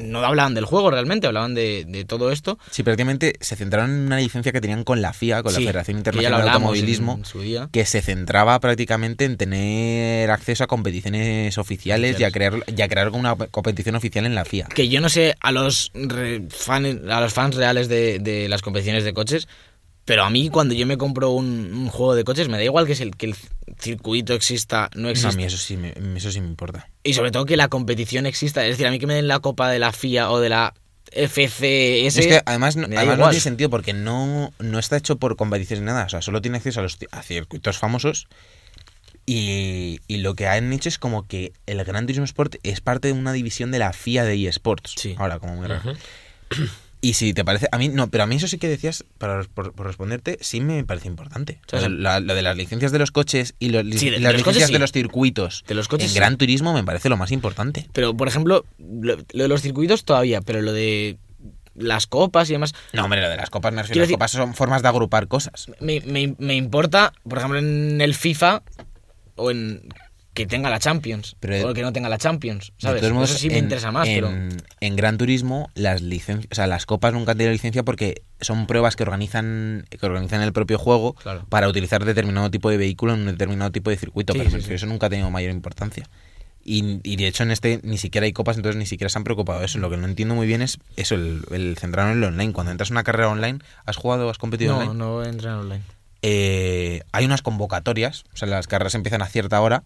D: no hablaban del juego realmente, hablaban de, de todo esto.
C: Sí, prácticamente se centraron en una licencia que tenían con la FIA, con
D: Sí,
C: la Federación
D: que ya
C: Internacional
D: lo
C: de
D: hablamos
C: Automovilismo,
D: en su día.
C: que se centraba prácticamente en tener acceso a competiciones oficiales y a crear, y a crear una competición oficial en la FIA.
D: Que yo no sé a los, re- fan- a los fans reales de, de las competiciones de coches, pero a mí cuando yo me compro un, un juego de coches me da igual que, es el, que el circuito exista, no
C: Eso
D: exista.
C: a mí eso sí, me, eso sí me importa.
D: Y sobre todo que la competición exista. Es decir, a mí que me den la copa de la FIA o de la FCS.
C: Es que además, no,
D: me da
C: además no
D: igual.
C: tiene sentido porque no, no está hecho por competiciones ni nada. O sea, solo tiene acceso a los ci- a circuitos famosos. Y, y lo que han hecho es como que el Gran Turismo Sport es parte de una división de la FIA de eSports.
D: Sí.
C: Ahora, como muy raro.
B: Ujú.
C: Y si te parece, a mí no, pero a mí eso sí que decías, para, por, por responderte, sí me parece importante.
D: O sea,
C: O sea, la- lo de las licencias de los coches y lo-
D: Sí, de- de
C: las
D: los
C: licencias
D: coches sí.
C: de los circuitos
D: De los coches
C: en
D: sí.
C: Gran Turismo me parece lo más importante.
D: Pero, por ejemplo, lo, lo de los circuitos todavía, pero lo de las copas y demás,
C: No, hombre, lo de las copas me refiero,
D: Quiero
C: las
D: decir-
C: copas son formas de agrupar cosas.
D: me, me- me importa, por ejemplo, en el FIFA o en que tenga la Champions
C: Pero-
D: o que no tenga la Champions,
C: De
D: ¿sabes?
C: todos modos,
D: Eso sí me
C: en-
D: interesa más, pero...
C: en, en Gran Turismo, las licencias, o sea, las copas nunca han tenido licencia porque son pruebas que organizan, que organizan el propio juego
D: Claro.
C: para utilizar determinado tipo de vehículo en un determinado tipo de circuito,
D: Sí,
C: pero
D: sí,
C: me refiero,
D: sí.
C: eso nunca ha tenido mayor importancia. Y, y de hecho en este ni siquiera hay copas, entonces ni siquiera se han preocupado de eso. Lo que no entiendo muy bien es eso, el, el centrarnos en lo online. Cuando entras a una carrera online, ¿has jugado, has competido
D: No,
C: online?
D: no entra online.
C: eh, hay unas convocatorias, o sea, las carreras empiezan a cierta hora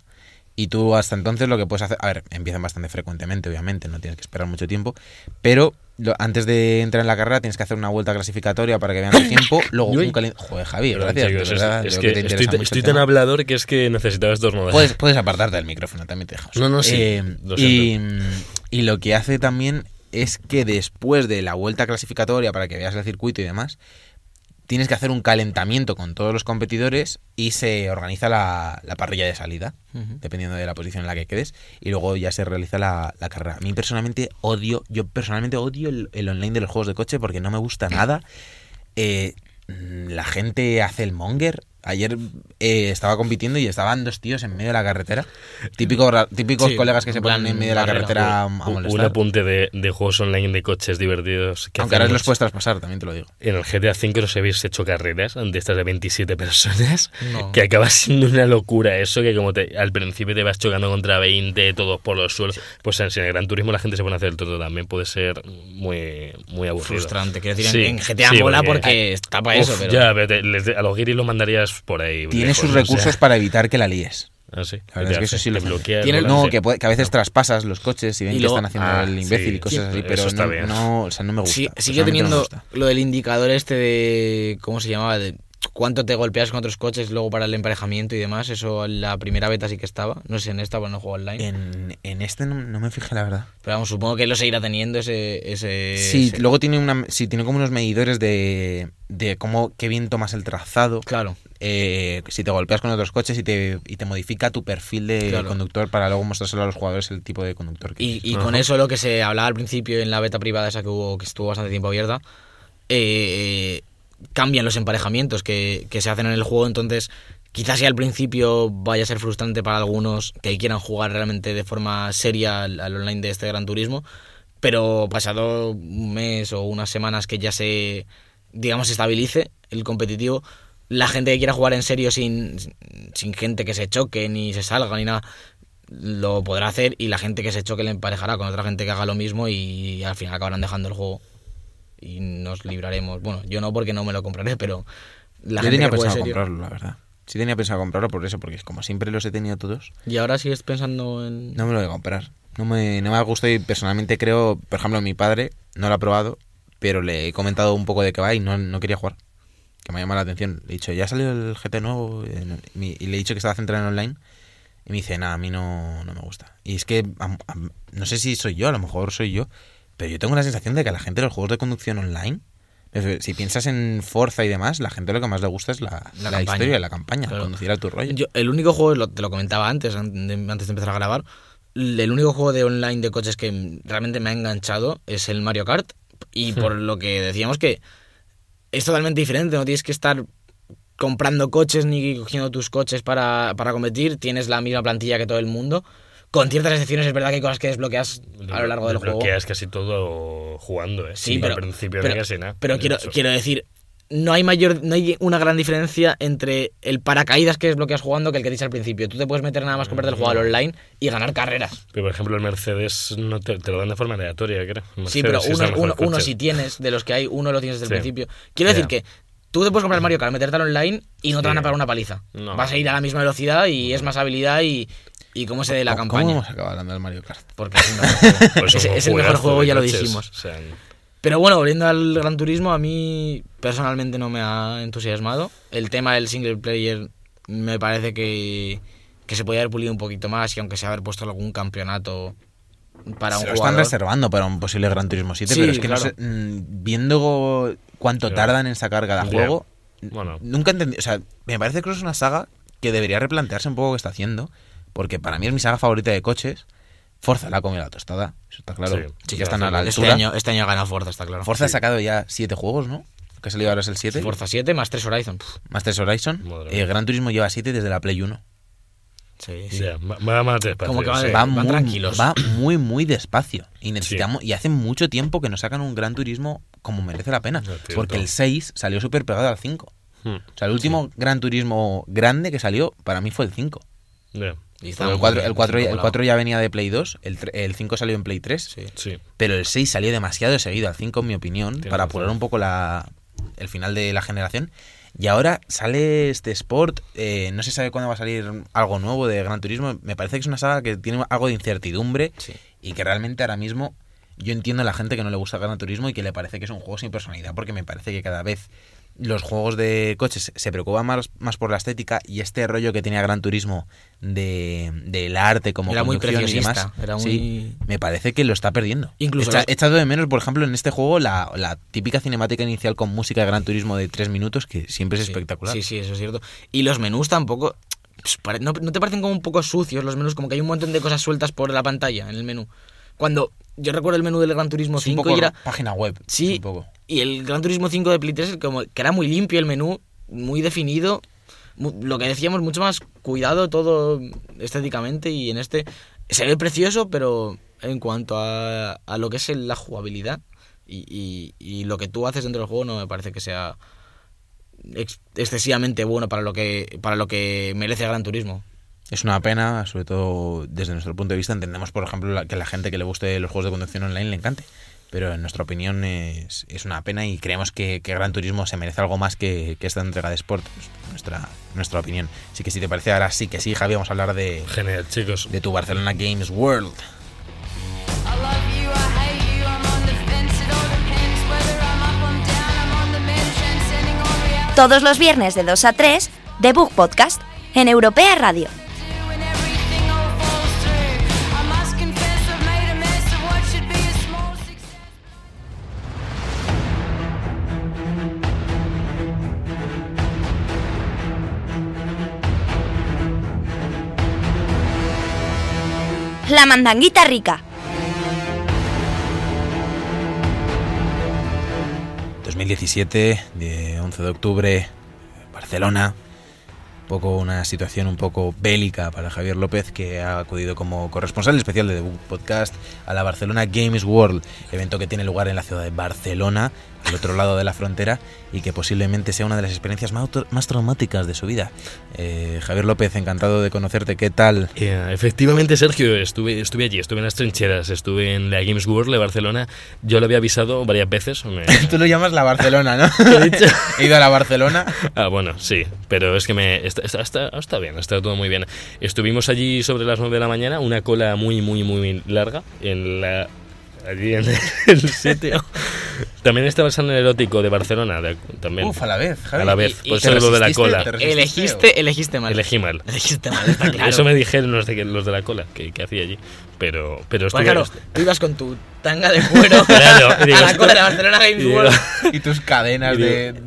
C: y tú hasta entonces lo que puedes hacer, a ver, empiezan bastante frecuentemente, obviamente, no tienes que esperar mucho tiempo, pero lo- antes de entrar en la carrera tienes que hacer una vuelta clasificatoria para que vean tu
B: [coughs]
C: tiempo, luego
B: Uy.
C: un calent... Joder, Javi,
B: Perdón,
C: gracias, de
B: chicos, es-
C: verdad,
B: es
C: veo
B: que
C: que te interesa
B: estoy,
C: mucho
B: estoy
C: el
B: tan
C: tema.
B: hablador que es que necesitaba estornudar.
D: [laughs]
C: Puedes, puedes apartarte del micrófono, también te dejamos. Eh,
B: No, no, sí, lo
C: y, y lo que hace también es que después de la vuelta clasificatoria para que veas el circuito y demás, tienes que hacer un calentamiento con todos los competidores y se organiza la, la parrilla de salida,
D: Ujú.
C: dependiendo de la posición en la que quedes, y luego ya se realiza la, la carrera. A mí personalmente odio, yo personalmente odio el, el online de los juegos de coche porque no me gusta nada. Eh, mm, la gente hace el monger. Ayer eh, estaba compitiendo y estaban dos tíos en medio de la carretera. Típico, ra- típicos
D: Sí,
C: colegas que
D: en
C: se ponen
D: plan
C: en medio de la
D: barrera.
C: carretera a, a
B: Un- Un
C: molestar.
B: apunte de, de juegos online de coches divertidos. Que
C: Aunque
B: hacen
C: ahora los
B: mucho.
C: puedes traspasar, también te lo digo.
B: En el GTA V os habéis hecho carreras de estas de 27 personas,
D: No.
B: que acaba siendo una locura eso, que como te, al principio te vas chocando contra 20, todos por los suelos. Pues en, si en el Gran Turismo la gente se pone a hacer el todo también, puede ser muy, muy aburrido.
D: Frustrante, quiero decir,
B: Sí,
D: en, en GTA
B: sí,
D: mola
B: porque-
D: porque, está para
B: Uf,
D: eso, pero...
B: Ya, pero te- les- a los guiris los mandarías por ahí.
C: Tiene
B: lejos,
C: sus
B: ¿no? O sea,
C: recursos para evitar que la líes.
B: ah, sí.
C: La verdad es que eso sí lo
B: Te
C: hacen.
B: bloquea,
D: Tiene-
B: no,
C: No,
B: sí.
C: que, puede- que a veces traspasas los coches y ven
D: Y
C: que
D: luego-
C: están haciendo
B: ah,
C: el imbécil
B: sí,
C: y cosas así,
B: eso
C: pero
B: está
C: no,
B: bien.
C: no, o sea, no me gusta.
D: Sí,
C: Personalmente
D: sigue
C: no me
D: teniendo
C: gusta.
D: lo del indicador este de. ¿Cómo se llamaba? De cuánto te golpeas con otros coches luego para el emparejamiento y demás. Eso en la primera beta sí que estaba. No sé si en esta, bueno, no juego online.
C: En, en este no, no me fijé, la verdad.
D: Pero vamos, supongo que lo seguirá teniendo ese. ese
C: Sí,
D: ese-
C: luego tiene una, sí, tiene como unos medidores de, de cómo qué bien tomas el trazado,
D: Claro.
C: eh, si te golpeas con otros coches y te, y te modifica tu perfil de
D: Claro.
C: conductor para luego mostrárselo a los jugadores el tipo de conductor que
D: Y,
C: eres.
D: y con eso lo que se hablaba al principio en la beta privada esa que hubo, que estuvo bastante tiempo abierta, eh, cambian los emparejamientos que, que se hacen en el juego, entonces quizás si al principio vaya a ser frustrante para algunos que quieran jugar realmente de forma seria al, al online de este Gran Turismo, pero pasado un mes o unas semanas que ya se, digamos, se estabilice el competitivo, la gente que quiera jugar en serio sin, sin gente que se choque ni se salga ni nada, lo podrá hacer y la gente que se choque le emparejará con otra gente que haga lo mismo y al final acabarán dejando el juego y nos libraremos. Bueno, yo no porque no me lo compraré, pero la
C: Yo
D: gente
C: tenía
D: que juegue
C: pensado
D: serio.
C: comprarlo, la verdad. Sí tenía pensado comprarlo por eso, porque como siempre los he tenido todos,
D: Y ahora sigues pensando en
C: no me lo voy a comprar. No me, no me ha gustado y personalmente creo, por ejemplo, mi padre no lo ha probado, pero le he comentado un poco de que va y no, no quería jugar. Que me ha llamado la atención. Le he dicho, ya ha salido el GT nuevo eh, no- mi- y le he dicho que estaba centrado en online. Y me dice, nada, a mí no, no me gusta. Y es que am- am- no sé si soy yo, a lo mejor soy yo, pero yo tengo la sensación de que a la gente los juegos de conducción online, es- si piensas en Forza y demás, la gente lo que más le gusta es la,
D: La
C: la
D: campaña.
C: historia, la campaña,
D: Claro.
C: conducir a tu rollo.
D: Yo- el único juego, lo- te lo comentaba antes, an- de- antes de empezar a grabar, l- el único juego de online de coches que mm, realmente me ha enganchado es el Mario Kart. Y por lo que decíamos que es totalmente diferente, no tienes que estar comprando coches ni cogiendo tus coches para, para competir, tienes la misma plantilla que todo el mundo. Con ciertas excepciones es verdad que hay cosas que desbloqueas a lo largo del juego.
B: Bloqueas casi todo jugando, ¿eh?
D: Sí, pero,
B: Al principio
D: pero-
B: no casi nada.
D: pero quiero,
B: Eso.
D: quiero decir, no hay mayor, no hay una gran diferencia entre el paracaídas que desbloqueas jugando que el que te dice al principio. Tú te puedes meter nada más comprarte el juego al online y ganar carreras.
B: Pero, por ejemplo, el Mercedes no te, te lo dan de forma aleatoria, creo.
D: sí, pero uno, uno, uno sí
B: Pues sí
D: tienes, de los que hay, uno lo tienes desde el
B: Sí.
D: principio. Quiero
B: Ya.
D: decir que tú te puedes comprar el Mario Kart, meterte al online y no
B: Sí.
D: te van a pagar una paliza.
B: No.
D: Vas a ir a la misma velocidad y es más habilidad y, y cómo se dé la
C: ¿Cómo-
D: campaña.
C: ¿Cómo hemos acabado hablando del Mario Kart?
B: [laughs]
D: Porque [laughs] es, un mejor juego.
B: Pues
D: Ese-
B: un
D: es el mejor
B: juegazo
D: juego,
B: de
D: ya lo
B: coches.
D: dijimos.
B: O sea,
D: Pero bueno, volviendo al Gran Turismo, a mí personalmente no me ha entusiasmado. El tema del single player me parece que, que se podía haber pulido un poquito más y aunque se haber puesto algún campeonato para
C: Se
D: un
C: lo están
D: jugador.
C: reservando para un posible Gran Turismo 7,
D: Sí,
C: pero es que no
D: claro.
C: sé, mm, viendo cuánto
B: Ya.
C: tardan en sacar cada
B: Ya.
C: juego,
B: Bueno,
C: nunca entendí, o sea, me parece que es una saga que debería replantearse un poco qué está haciendo, porque para mí es mi saga favorita de coches. Forza la ha comido la tostada, eso está claro.
B: Sí,
C: Sí,
B: sí,
C: ya están a
B: hace-
C: la
D: este,
C: altura.
D: año, este año gana Forza, está claro.
C: Forza ha
B: Sí.
C: sacado ya siete juegos, ¿no? Que ha salido ahora es el 7.
D: Forza 7 más 3 Horizon. Puf,
C: Masters Horizon.
B: Madre
C: Eh,
B: mía.
C: Gran Turismo lleva 7 desde la Play 1.
D: sí, sí.
B: ya, va- va más despacio,
D: Como que va
B: sí.
D: de-
C: va,
D: van
C: muy,
D: tranquilos.
C: va muy, muy despacio. Y necesitamos y hace mucho tiempo que no sacan un Gran Turismo como merece la pena.
B: Es cierto.
C: Porque el 6 salió súper pegado al 5.
B: Hmm,
C: O sea, el último Gran Turismo grande que salió para mí fue el 5.
B: ya,
D: Y está
C: Porque El
D: muy
C: 4,
D: bien,
C: el, 4,
D: está
C: el
D: colado.
C: 4 ya venía de Play 2, el, tre- el 5 salió en Play 3,
D: Sí.
B: sí.
C: pero el 6 salió demasiado seguido al 5, en mi opinión,
B: Tienes
C: para
B: razón.
C: apurar un poco la, el final de la generación. Y ahora sale este Sport, eh, no se sabe cuándo va a salir algo nuevo de Gran Turismo. Me parece que es una saga que tiene algo de incertidumbre
D: Sí.
C: y que realmente ahora mismo yo entiendo a la gente que no le gusta Gran Turismo y que le parece que es un juego sin personalidad, porque me parece que cada vez los juegos de coches se preocupan más, más por la estética y este rollo que tenía Gran Turismo de, del arte como
D: Era muy
C: conducción y demás,
D: preciosista, era
C: sí,
D: muy-
C: me parece que lo está perdiendo.
D: Incluso
C: Echa-
D: las-
C: he echado de menos, por ejemplo, en este juego la, la típica cinemática inicial con música de Gran Turismo de tres minutos que siempre es
D: Sí.
C: espectacular.
D: Sí, sí, eso es cierto. Y los menús tampoco. pues, pare- ¿No, no te parecen como un poco sucios los menús? Como que hay un montón de cosas sueltas por la pantalla en el menú. Cuando yo recuerdo el menú del Gran Turismo
C: Es un
D: 5
C: poco
D: y era.
C: página web.
D: Sí,
C: es un poco.
D: y el Gran Turismo 5 de Play 3 como que era muy limpio el menú, muy definido. mu- lo que decíamos, mucho más cuidado todo estéticamente. Y en este se ve precioso, pero en cuanto a, a lo que es el- la jugabilidad y, y- y lo que tú haces dentro del juego, no me parece que sea ex- excesivamente bueno para lo que para lo que merece Gran Turismo.
C: Es una pena, sobre todo desde nuestro punto de vista. Entendemos, por ejemplo, la- que la gente que le guste los juegos de conducción online le encante. Pero en nuestra opinión es, es una pena y creemos que, que Gran Turismo se merece algo más que, que esta entrega de Sport. Es Nuestra, nuestra opinión. Así que si te parece, ahora sí que sí, Javi, vamos a hablar de,
B: Genial, chicos.
C: de tu Barcelona Games World.
E: I love you, I hate you, I'm on the fence, it all depends whether I'm up, I'm down, I'm on the mend, transcending all reality
A: Todos los viernes de 2 a 3, The Book Podcast, en Europea Radio.
E: and everything all falls through. I must confess I've made a mess of what should be a small success.
A: La mandanguita rica.
C: 2017, de 11 de octubre, Barcelona. Un poco una situación un poco bélica para Javier López, que ha acudido como corresponsal especial de The Book Podcast a la Barcelona Games World, evento que tiene lugar en la ciudad de Barcelona, al otro lado de la frontera, y que posiblemente sea una de las experiencias más, auto- más traumáticas de su vida. Eh, Javier López, encantado de conocerte, ¿qué tal?
B: Eh, efectivamente, Sergio, estuve, estuve allí, estuve en las trincheras, estuve en la Games World de Barcelona. Yo lo había avisado varias veces.
D: [laughs]
B: me-
C: [laughs] Tú lo llamas la Barcelona,
B: ¿Qué
C: ¿no?
B: he dicho?
C: [laughs] He ido a la Barcelona.
B: Ah, bueno, sí, pero es que me está, está, está- está bien, está todo muy bien. Estuvimos allí sobre las 9 de la mañana, una cola muy, muy, muy larga en la allí en [laughs] el sitio. También estaba el salón erótico de Barcelona, de- también.
C: Uf, a la vez, Pues Javi.
B: A la vez,
C: ¿Y- y
B: por
C: te
B: eso lo de la
C: resististe?
B: cola.
C: ¿Te resististe
D: Elegiste, elegiste mal.
B: Elegí mal.
D: [laughs] Elegiste mal,
B: [laughs]
D: está claro.
B: Eso me dijeron los de, los de la cola, que, que hacía allí. Pero, pero
D: Pues
B: estuve-
D: claro, tú ibas con tu tanga de
B: [laughs]
D: cuero
B: Claro, y digo,
D: a la
B: esto-
D: cola de la Barcelona
B: y
D: Games
B: digo, [laughs]
D: World.
C: y tus cadenas
B: Y digo-
C: de,
D: de
C: de,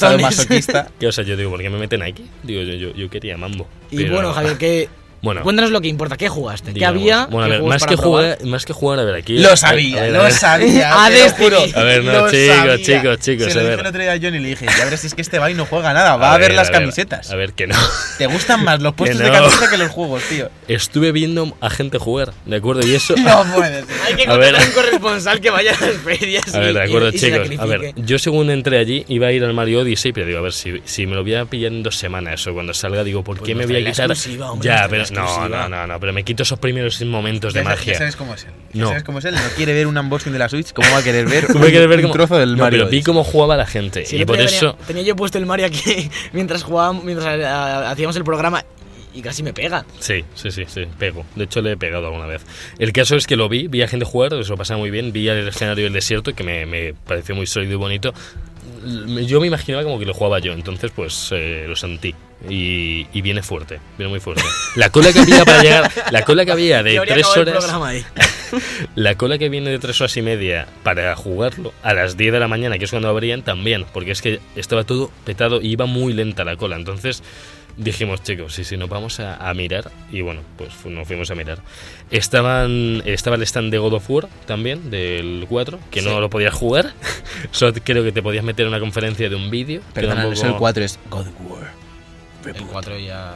B: [laughs]
C: sadomasoquista.
B: ¿qué? O sea, yo digo, ¿por qué me meten aquí? Digo, yo, yo, yo quería mambo.
D: Y
B: pero-
D: bueno, Javier, que
B: Bueno.
D: cuéntanos lo que importa. ¿Qué jugaste? ¿Qué
B: digamos,
D: había?
B: Bueno, a
D: ¿Qué
B: ver,
D: juegos
B: más
D: para
B: que,
D: probar?
B: jugar, más que jugar, a ver, aquí.
C: Lo
B: a
C: sabía,
B: ver, a
C: lo
B: ver.
C: sabía. [laughs]
D: A
C: te lo
D: Destiny.
C: juro.
B: A ver, no,
C: Lo
B: chicos,
C: sabía.
B: chicos, chicos,
C: Se
B: a
C: lo dije
B: ver.
C: el otro día a Johnny y le dije, ya verás, si es que este va y no juega nada, va a, ver, las camisetas.
B: A ver, que no. [laughs]
C: Te gustan más los puestos de
B: no.
C: camiseta que los juegos, tío.
B: Estuve viendo a gente jugar, ¿de acuerdo? Y
D: [laughs]
B: eso.
C: [laughs] No puede ser.
D: Hay que
B: A ver.
D: contratar un corresponsal que vaya a las
B: [laughs]
D: ferias.
B: A
D: y-
B: ver, de
D: y-
B: acuerdo,
D: y se
B: chicos. A ver,
D: sacrifique.
B: yo según entré allí iba a ir al Mario Odyssey, pero digo, a ver, si, si me lo voy a pillar en dos semanas o cuando salga, digo, ¿por
D: Pues
B: qué me
D: nos
B: voy a
D: trae la
B: quitar?
D: exclusiva, hombre,
B: ya,
D: nos trae
B: pero
D: la
B: no, no,
D: exclusiva.
B: no, no, pero me quito esos primeros momentos de
C: Ya sabes- Ya
B: magia.
C: sabes cómo es él. Ya
B: No.
C: sabes cómo es él. No quiere ver un unboxing de la Switch, ¿cómo va a querer ver
B: Tú me quieres ver [laughs]
C: un
B: cómo-
C: trozo del
B: No,
C: Mario?
B: pero vi
C: Odyssey?
B: cómo jugaba la gente
D: Sí, el
B: y
D: otro
B: por
D: día tenía-
B: eso
D: [laughs] Tenía, yo puesto el Mario aquí mientras jugábamos, mientras ah, eh, hacíamos el programa. y casi me pega.
B: Sí, sí, sí, sí, pego. De hecho, le he pegado alguna vez. El caso es que lo vi, vi a gente jugar, se lo pasaba muy bien, vi el escenario del desierto, que me, me pareció muy sólido y bonito. L- Yo me imaginaba como que lo jugaba yo, entonces pues eh, lo sentí. Y, y viene fuerte, viene muy fuerte. La cola que había para llegar, la cola que había de
D: [laughs] Yo habría
B: tres
D: acabado el
B: horas,
D: programa ahí.
B: la cola que viene de tres horas y media para jugarlo a las 10 de la mañana, que es cuando abrían, también, porque es que estaba todo petado y iba muy lenta la cola. Entonces dijimos, chicos, si, si nos vamos a, a mirar, y bueno, pues fu- nos fuimos a mirar. Estaban, estaba el stand de God of War también, del 4, que no lo podías jugar. [laughs] Solo creo que te podías meter en una conferencia de un vídeo. que
C: Perdón, no es el
B: tampoco-
C: 4, es God of War.
D: El 4 ya.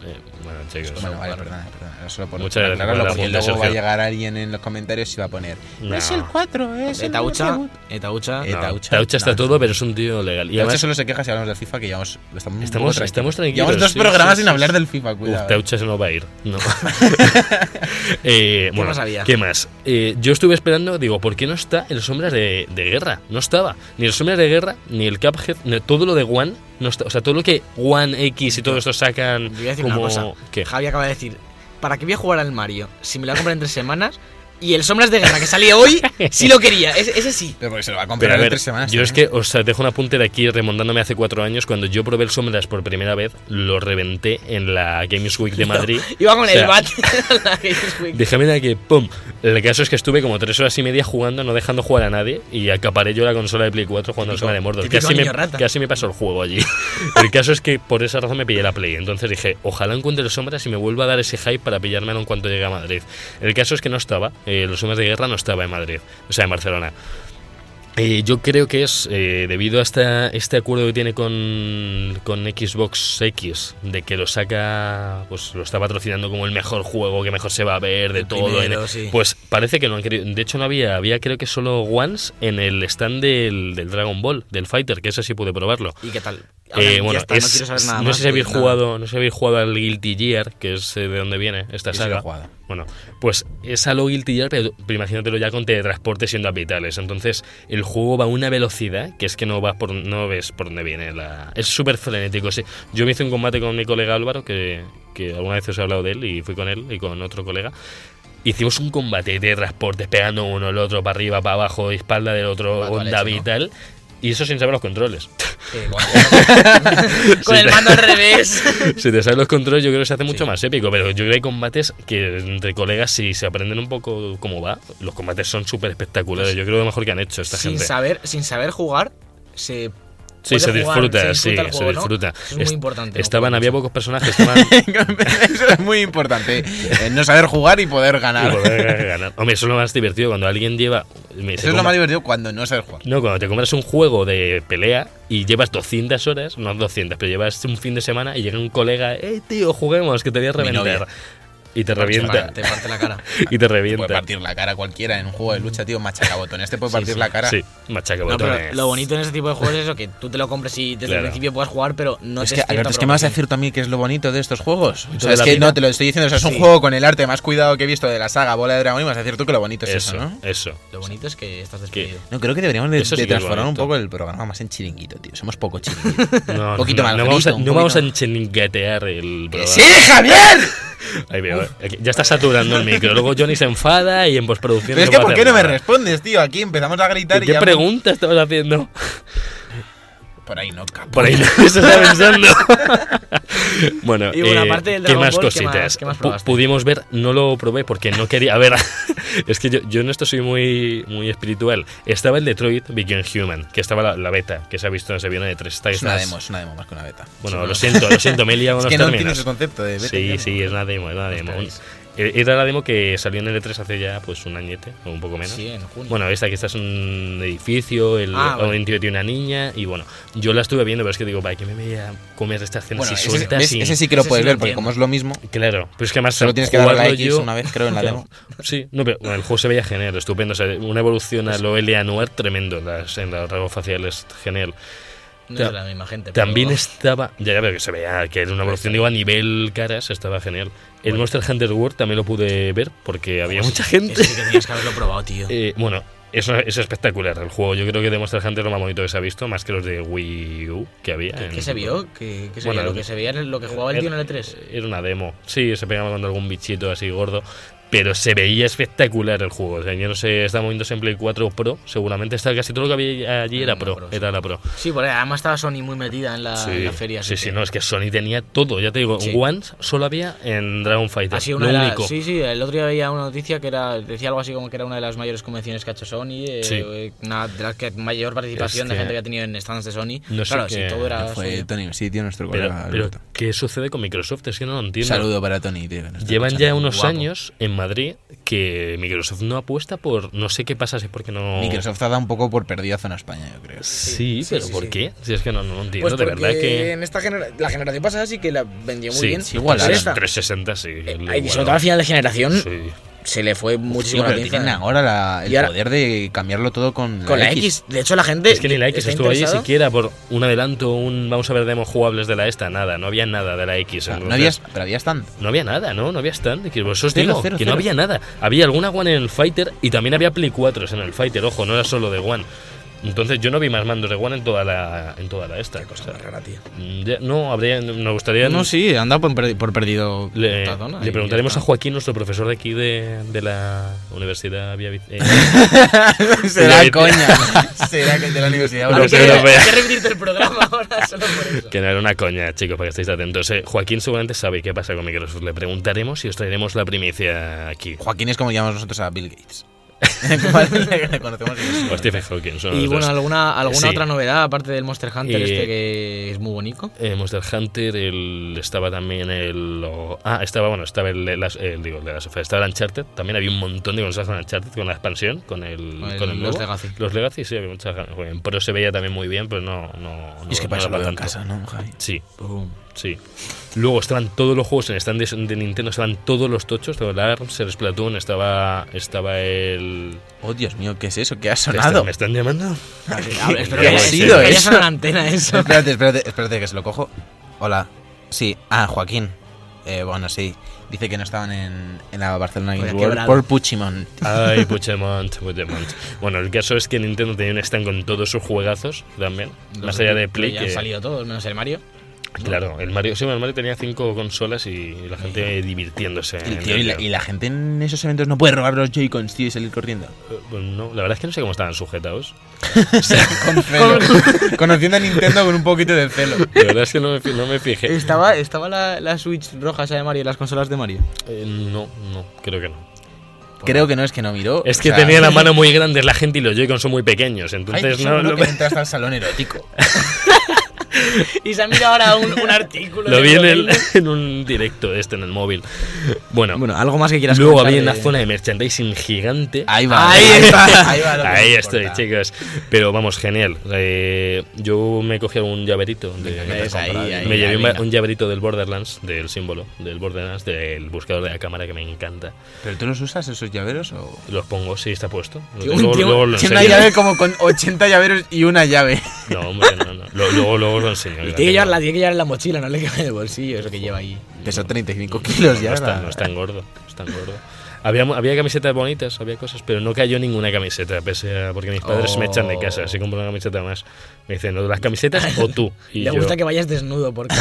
D: no.
B: Eh, bueno, chicos.
C: Bueno, vale,
D: Bueno.
C: perdona, perdona. Era solo por
B: Muchas gracias
C: aclararlo,
B: por la
C: porque
B: apunta,
C: luego va a
B: Sergio.
C: llegar alguien en los comentarios y va a poner. No, es el
B: No.
C: 4, es el
D: Etaucha,
C: reboot".
D: Etaucha.
C: Eh,
B: No,
C: Taucha.
B: Taucha está
C: No,
B: todo, pero es un tío legal. Y
C: Y además
B: además,
C: solo se queja si hablamos del FIFA, que llevamos. Estamos, un
B: Estamos-
C: poco
B: estamos tranquilos,
C: Llevamos dos
B: sí,
C: programas
B: sí,
C: sin
B: sí,
C: hablar
B: sí.
C: del FIFA,
D: eh.
C: cuidado.
B: Uf, Teucha se nos va a ir.
D: [laughs]
B: No. [laughs] Eh, bueno,
D: más había?
B: ¿Qué más? Eh, yo estuve esperando, digo, ¿por qué no está el Sombras de, de Guerra? No estaba. Ni el Sombras de Guerra, ni el Cuphead, ni todo lo de One. No está, o sea, todo lo que One X y todo esto sacan
D: Yo voy a decir
B: como.
D: una cosa.
B: ¿Qué?
D: Javi acaba de decir: ¿Para qué voy a jugar al Mario si me lo voy a comprar en tres semanas? Y el Sombras de Guerra que salía hoy, sí lo quería. Ese, ese sí.
C: Pero porque se lo va a
B: Pero
C: comprar
B: a
C: en
B: ver,
C: tres semanas. ¿eh?
D: ¿eh?
B: yo es
C: [laughs] también.
B: que os dejo un apunte de aquí remontándome hace cuatro años cuando yo probé el Sombras por primera vez, lo reventé en la Games
D: [laughs]
B: Week de Madrid.
D: Iba con
B: O sea,
D: el bat. [laughs] la Games Week.
B: Déjame mira que, ¡pum! El caso es que estuve como tres horas y media jugando, no dejando jugar a nadie, y acaparé yo la consola de Play 4 jugando a la
D: Típico-
B: zona de Mordor.
D: típico
B: Casi me,
D: niño rata.
B: casi me pasó el juego
D: [laughs]
B: allí. El caso es que por esa razón me pillé la Play. Entonces dije, ojalá encuentre los sombras y me vuelva a dar ese hype para pillármelo en cuanto llegue a Madrid. El caso es que no estaba, eh, los sombras de guerra no estaba en Madrid, o sea, en Barcelona. Eh, yo creo que es eh, debido a esta- este acuerdo que tiene con, con Xbox X, de que lo saca, pues lo está patrocinando como el mejor juego que mejor se va a ver de
D: El
B: todo.
D: primero,
B: en-
D: sí.
B: Pues parece que no han querido. De hecho, no había, había creo que solo Once en el stand del, del Dragon Ball, del Fighter, que ese sí pude probarlo.
D: ¿Y qué tal? Ahora
B: Eh,
D: ya
B: bueno,
D: está, no
B: es-
D: quiero saber nada
B: no
D: más,
B: sé si habéis
D: pues nada.
B: jugado, no sé si habéis jugado al Guilty Gear, que es eh, de donde viene esta
C: Yo sí lo he
B: saga.
C: jugado.
B: Bueno, pues es a lo Guilty Gear, pero, pero imagínatelo ya con teletransporte siendo vitales. Entonces, el juego va a una velocidad que es que no vas por no ves por dónde viene la. Es súper frenético. sí. Yo me hice un combate con mi colega Álvaro, que, que alguna vez os he hablado de él, y fui con él y con otro colega. Hicimos un combate de transportes, pegando uno, el otro, para arriba, para abajo, espalda del otro,
D: Va toda
B: onda
D: leche, ¿no?
B: vital. Y eso sin saber los
D: [laughs]
B: controles. [laughs]
D: Eh, con- con el mando al revés.
B: Si te sabes los controles, yo creo que se hace mucho
D: Sí.
B: más épico, pero yo creo que hay combates que entre colegas, si se aprenden un poco cómo va, los combates son súper espectaculares. Yo creo que lo mejor que han hecho [laughs] esta
D: sin
B: gente.
D: saber, sin saber jugar, se.
B: Sí,
D: puede
B: se
D: jugar,
B: disfruta, sí,
D: el juego,
B: se
D: ¿no?
B: disfruta.
D: Eso Es muy
B: Est-
D: importante. ¿no?
B: Estaban,
D: Jugar
B: había
D: mucho.
B: pocos
D: [laughs]
B: personajes, estaban
C: Eso es muy importante. eh, no saber jugar y poder ganar.
B: y poder ganar. Hombre, eso es lo más divertido cuando alguien lleva. me- se
C: Eso es lo
B: compra-
C: más divertido cuando no sabes jugar.
B: No, cuando te compras un juego de pelea y llevas 200 horas, no 200, pero llevas un fin de semana y llega un colega, eh, tío, juguemos, que te voy a
C: Mi
B: reventar.
C: novia.
B: Y te
D: Te
B: revienta. [laughs]
D: parte- Te parte la
B: Y
D: cara.
B: te
C: Te puede
B: revienta.
C: partir la cara a cualquiera en un juego de lucha, tío. Machacabotones te puede partir la cara.
B: Sí, machaca
D: No,
B: botones.
D: pero lo bonito en este tipo de juegos es eso, que tú te lo compres y desde
B: Claro.
D: el principio puedas jugar, pero no
C: es
D: te
C: que,
D: despierta
C: Alberto, es que me vas a
D: provocación.
C: decir también que es lo bonito de estos juegos. O sea,
B: de
C: es
B: la
C: que
B: vida.
C: no te lo estoy diciendo. O sea, es un
D: Sí.
C: juego con el arte más cuidado que he visto de la saga Bola de Dragón. Y me vas a decir tú que lo bonito es eso,
B: eso,
C: ¿no? [laughs]
B: eso.
D: Lo bonito es que estás
B: Que-
D: despedido.
C: No, creo que deberíamos de,
B: Eso sí
C: de
B: que es
C: transformar un
B: bonito.
C: poco el programa más en chiringuito, tío. Somos poco chiringuito.
B: [laughs] No,
C: Un poquito
B: no,
C: más
B: no vamos a,
C: bonito, un
B: no vamos a
C: poquito.
B: enchingatear el
C: ¡Que
B: programa.
C: sí, Javier!
B: Ahí veo, eh, aquí- ya está saturando el micro. Luego Johnny se enfada y en postproducción.
C: Pero es que
B: va a
C: ¿por
B: hacer
C: qué no me
B: nada.
C: respondes, tío? Aquí empezamos a gritar y
B: ¿Qué
C: ya...
B: pregunta estabas haciendo?
C: Por ahí no, capo.
B: Por ahí [laughs] no se está
C: [laughs]
B: pensando. bueno,
D: Y bueno,
B: eh,
D: aparte del
B: ¿qué
D: Dragon
B: más
D: Ball, ¿qué
B: cositas?
D: más- qué más
B: Pu-
D: probaste?
B: pudimos ver, no lo probé porque no quería. A ver, [laughs] es que yo, yo en esto soy muy, muy espiritual. Estaba el Detroit Beyond Human, que estaba la, la beta, que se ha visto en ese avión de 3. Está,
C: Es
B: está-
C: una demo, es una demo más que una beta.
B: Bueno, lo siento, lo siento, me he liado
C: Es
B: unos
C: que no
B: términos.
C: entiendes el concepto de beta.
B: Sí,
C: y
B: sí, es una demo, es una demo. Un-
D: esperéis.
B: eh, Era la demo que salió en el E3 hace ya pues un añete, o un poco menos.
D: Sí, en junio.
B: Bueno, esta que esta es un edificio, el
D: Ah, vale.
B: un tío tiene una niña, y bueno, yo la estuve viendo, pero es que digo, ¿para qué me voy a comer esta escena si
C: Bueno, ese,
B: suelta
C: ves,
B: sin-
C: ese sí que lo
D: ese
C: puedes
D: sí lo
C: ver, porque
D: entiendo.
C: como es lo mismo,
B: Claro, pero es que además.
C: Solo tienes que darle
B: jugarlo
C: a X
B: [laughs]
C: una vez, creo, en la demo. Pues
B: Sí, no, pero bueno, el juego se veía genial, estupendo. o sea, una evolución a lo Elia Noir tremendo las, en los rasgos faciales, genial.
D: No
B: Ta-
D: es la misma gente. pero-
B: También estaba. Ya, ya, pero que se veía que era una evolución, digo, a nivel caras, estaba genial. El
D: pues
B: Monster Hunter World también lo pude ver porque había mucha gente. [laughs]
D: Ese sí que tenías que haberlo probado, tío.
B: Eh, bueno, Es, es espectacular el juego. Yo creo que Monster Hunter es lo más bonito que se ha visto, más que los de Wii U que había.
D: ¿Qué,
B: en-
D: qué se vio? ¿Qué, qué se
B: eh, Bueno, eh,
D: vio? Lo
B: el-
D: que se veía era lo que jugaba el E tío en el E3.
B: Era una demo. Sí, se pegaba contra algún bichito así gordo. Pero se veía espectacular el juego. O sea, yo no sé, está moviéndose en Play 4 Pro. Seguramente está casi todo lo que había allí era
D: Era una
B: Pro.
D: Pro, sí.
B: era la Pro.
D: Sí, por ahí, además estaba Sony muy metida en la, en la feria.
B: sí,
D: así
B: sí,
D: que-
B: no, es que Sony tenía todo. Ya te digo,
D: Sí.
B: Once solo había en Dragon Fighter.
D: Ha sido
B: lo
D: una de las-
B: único.
D: sí, sí, el otro día veía una noticia que era decía algo así como que era una de las mayores convenciones que ha hecho Sony, eh,
B: Sí.
D: eh, una de las que mayor
B: Es
D: participación de
B: que-
D: gente que ha tenido en stands de Sony.
B: No sé
D: claro,
B: qué-
D: si todo era
C: Fue
D: Sony.
C: Tony, sí, tío, nuestro
B: Pero,
C: colega.
B: pero,
C: Alberto.
B: ¿qué sucede con Microsoft? Es que no lo
C: Un
B: entiendo.
C: saludo para Tony, tío. que nos está
B: Llevan ya
C: escuchando.
B: unos
C: Guapo.
B: años en Madrid que Microsoft no apuesta por. No sé qué pasa, si es porque no.
C: Microsoft ha dado un poco por perdida zona España, yo creo.
B: Sí,
D: Sí,
B: pero
D: sí,
B: ¿por
D: sí.
B: qué? Si es que no, no entiendo,
D: Pues
B: de
D: porque
B: verdad que.
D: en esta genera- la generación pasada sí que la vendió muy
B: sí,
D: bien.
B: sí,
C: igual,
D: Pero
C: ahora
B: tres-
D: esta,
B: 360, sí.
D: eh,
B: lo
D: y sobre todo
B: igualaba.
D: al final de generación
B: Sí.
D: se le fue
C: Sí,
D: muchísimo la
C: pero
D: pinza.
C: tienen ¿eh? ahora la- el
D: Y ahora-
C: poder de cambiarlo todo con,
D: Con la X. De hecho, la gente.
B: Es que ni la X
D: está
B: estuvo allí
D: interesado.
B: siquiera por un adelanto, un vamos a ver demos jugables de la esta, nada, no había nada de la X.
C: O sea, no había,
B: entonces-
C: pero había stand.
B: no había nada, ¿no? No había stand. de Que por eso os
C: Cero,
B: digo
C: cero,
B: que no
C: cero.
B: había nada. Había alguna One en el Fighter y también había Play 4 en el Fighter, ojo, no era solo de One. Entonces yo no vi más mandos de One en toda la, en toda la esta. o sea,
D: Más rara, tío.
B: mm, ya- no, habría, nos gustaría.
D: No, sí, anda por, perdi- por perdido.
B: Le,
D: esta zona
B: le
D: y [laughs]
B: preguntaremos
D: ya
B: a
D: está.
B: Joaquín, nuestro profesor de aquí de, de la Universidad Vía
D: [laughs]
B: Vic- eh,
C: Será
B: Yo-
C: coña. [laughs] Será que de la universidad.
B: Pero
C: bro.
D: Hay que,
B: se lo vea.
D: hay que repetirte el programa ahora solo por eso.
B: Que no era una coña, chicos, para que estéis atentos. Eh, Joaquín seguramente sabe qué pasa con Microsoft. Le preguntaremos y os traeremos la primicia aquí.
C: Joaquín es como llamamos nosotros a Bill Gates. [laughs] Como le- le conocemos y-
B: O Stephen Hawking. son
D: Y
B: los
D: bueno,
B: dos.
D: alguna, alguna
B: Sí.
D: otra novedad aparte del Monster Hunter
B: Y-
D: este que es muy bonito.
B: Eh, Monster Hunter, el, estaba también el. o- ah, estaba, bueno, estaba el, de las- el- digo, el de la sofá, estaba el Uncharted. También había un montón de consolas con Uncharted, con la expansión, con el.
D: Con el-
B: con el
D: los
B: nuevo.
D: Legacy.
B: Los Legacy, sí, había muchas ganas. Bueno, En Pro se veía también muy bien, pero no. no, no
C: Y es que
B: no
C: para eso
B: daba
C: lo veo en
B: tanto.
C: casa, ¿no, Javi?
B: Sí, Sí. Luego estaban todos los juegos en stand de, de Nintendo, estaban todos los tochos, estaba el ARMS, el Splatoon, estaba, estaba el...
C: Oh, Dios mío, ¿qué es eso? ¿Qué ha
B: Están-
C: sonado?
B: Este ¿Me están llamando? [laughs]
D: Habla, espero
B: ¿Qué
D: que
B: ha
D: haya-
B: sido ¿eh?
D: que haya
C: eso?
D: sonado la antena
C: [laughs]
D: eso.
C: Espérate, espérate, espérate que se lo cojo. Hola. Sí, ah, Joaquín. Eh, bueno, sí. Dice que no estaban en, en la Barcelona
B: Pues
C: Games
D: Joder,
C: World
D: quebrado.
C: por Puchimon.
B: Ay, Puchemont, Puchemont. Bueno, el caso es que Nintendo tenía un stand con todos sus juegazos también, [laughs] más allá de Play.
D: Ya han
B: que-
D: salido todos, menos
B: [laughs]
D: el Mario.
B: Claro, el Mario, sí, bueno, el Mario tenía cinco consolas y la gente divirtiéndose. en
C: Y, Eh, tío, y, la,
B: realidad.
C: y la gente en esos eventos no puede robar los Joy-Cons, tío, y
B: [laughs]
C: salir corriendo.
B: Eh, bueno, no, la verdad es que no sé cómo estaban sujetados.
C: [laughs] Con celo. Conociendo a Nintendo con un poquito
B: [laughs]
C: de celo.
B: La verdad es que no me, fi- no me fijé.
D: Estaba, estaba la, la Switch roja esa de Mario, las consolas de Mario.
B: Eh, no, no, creo que no.
C: Creo que no, es que no miró.
B: Es que
C: O sea,
B: tenía
C: [laughs]
B: la mano muy grande la gente y los Joy-Con son muy pequeños,
C: ay,
B: entonces no,
C: seguro
B: no
C: que [laughs]
B: me-
C: entra hasta el salón erótico.
D: Y se ha mirado ahora un, un artículo.
B: lo
D: de
B: vi en, el-
D: Google.
B: en un directo este en el móvil. [laughs] Bueno,
D: Bueno, algo más que quieras
B: luego
D: comentar
B: había una
D: de-
B: zona de merchandising gigante.
C: Ahí va.
D: Ahí
C: está. Ahí va lo que
B: Ahí
C: nos
B: estoy,
C: importa.
B: chicos. Pero vamos, genial. Eh, yo me cogí algún llaverito. de-
C: ves, ahí, ahí,
B: me llevé un,
C: venga.
B: un llaverito del Borderlands, del símbolo del Borderlands, del buscador de la cámara que me encanta.
C: ¿Pero tú los usas esos llaveros o...?
B: Los pongo, sí, está puesto. Los
D: Tío,
B: luego-
D: tío,
B: luego lo
C: Tiene una
B: enseño.
C: llave como con 80 llaveros y una llave.
B: No, hombre, no, no. Lo- Luego, luego lo enseño.
D: Y
B: la
D: tiene que
B: tengo.
D: llevarla, tiene que llevarla en la mochila, no le cabe en el bolsillo, eso que lleva ahí.
C: [laughs] Pesa 35 kilos
B: No,
C: ya.
B: No, es tan-
C: la-
B: no es tan gordo. no es tan gordo. Había, había camisetas bonitas, había cosas, pero no cayó ninguna camiseta, pese a, porque mis padres me echan de casa,
C: Oh.
B: así compro una camiseta más. Me dicen, ¿o las camisetas o
C: [laughs]
B: tú? Y
D: le
B: yo,
D: gusta que vayas desnudo
B: [laughs]
D: porque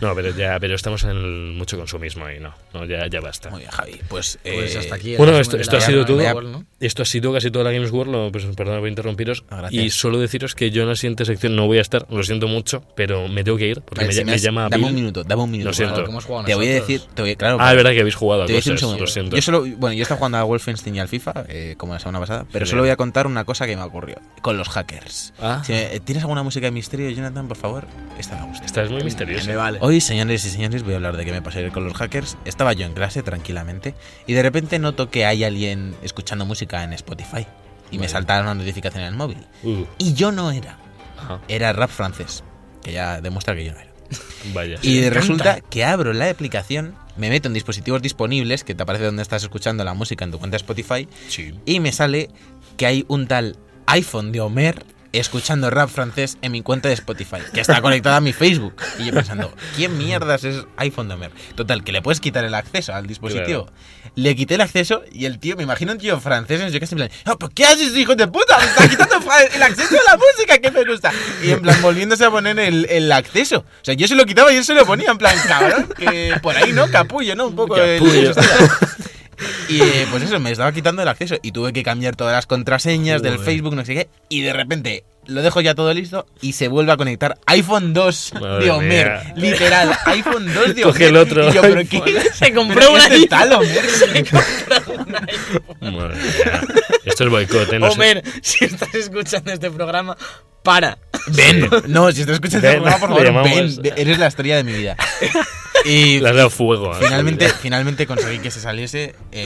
B: No, pero ya, pero estamos en el mucho consumismo y no, no ya, ya basta.
C: Muy bien, Javi. Pues,
D: Pues
C: eh,
D: hasta aquí. el
B: Bueno, esto,
D: resumen de
B: esto ha
D: la-
B: sido todo.
D: Mario World, ¿no?
B: Esto ha sido casi toda la Games World. lo- pues, perdón por interrumpiros.
C: Ah, gracias.
B: y solo deciros que yo en la siguiente sección no voy a estar. Lo siento mucho, pero me tengo que ir porque
C: vale,
B: me,
C: si
B: ll- me
C: has-
B: llama
C: Dame un
B: Bill.
C: minuto, dame un minuto.
B: Lo siento.
C: por favor.
D: Que hemos jugado
C: Te voy a
D: nosotros.
C: decir, te voy, claro,
B: Ah, es verdad que habéis jugado a
C: Te voy a decir un
B: cosas.
C: segundo.
B: Lo siento.
C: Yo solo, bueno, yo estaba jugando a Wolfenstein y al FIFA, eh, como la semana pasada, pero
B: Genial.
C: solo voy a contar una cosa que me ocurrió con los hackers.
B: Ah.
C: Si me- ¿Tienes alguna música de misterio, Jonathan, por favor? Esta me gusta.
B: Esta es muy misteriosa.
D: Me vale.
C: Hoy, señores y señores, voy a hablar de qué me pasó ayer con los hackers. Estaba yo en clase tranquilamente y de repente noto que hay alguien escuchando música en Spotify y me saltaron una notificación en el móvil.
B: Uh,
C: Y yo no era,
B: ajá,
C: era rap francés, que ya demuestra que yo no era.
B: vaya.
C: Y
D: encanta.
C: resulta que abro la aplicación, me meto en dispositivos disponibles, que te aparece donde estás escuchando la música en tu cuenta de Spotify,
B: Sí.
C: y me sale que hay un tal iPhone de Homer escuchando rap francés en mi cuenta de Spotify, que está conectada a mi Facebook. Y yo pensando, ¿quién mierdas es iPhone Domer? Total, que le puedes quitar el acceso al dispositivo. Le quité el acceso y el tío, me imagino un tío francés, yo que en plan, "Ah, ¿pero ¿qué haces, hijo de puta? Me está quitando fra- el acceso a la música que me gusta. Y en plan, volviéndose a poner el, el acceso. O sea, yo se lo quitaba y él se lo ponía, en plan, cabrón, que por ahí, ¿no? Capullo, ¿no? Un poco el-
B: Capullo.
C: y eh, pues eso, me estaba quitando el acceso y tuve que cambiar todas las contraseñas del
B: Joder.
C: Facebook, no sé qué. Y de repente lo dejo ya todo listo y se vuelve a conectar iPhone 2
B: Madre
C: de Homer.
B: mía.
C: Literal, iPhone 2
B: [laughs]
C: de Homer.
B: Coge el otro
C: Y yo, ¿pero
B: iPhone.
C: qué?
D: Se
C: ¿Pero
D: compró
C: qué
D: una
C: es de tal, Homer? [laughs]
B: Madre mía. Esto es boicot,
C: Oh,
B: ¿eh? No sé.
D: Homer, [laughs] si estás escuchando este programa, para.
C: Ven. No, si estás escuchando
B: Ven,
C: el programa, por
B: le
C: favor, ven.
B: llamamos.
C: Ve- Eres la estrella de mi
B: [laughs]
C: vida. Y
B: Le has dado fuego. eh. a la
C: finalmente,
B: vida.
C: finalmente conseguí que se saliese. eh,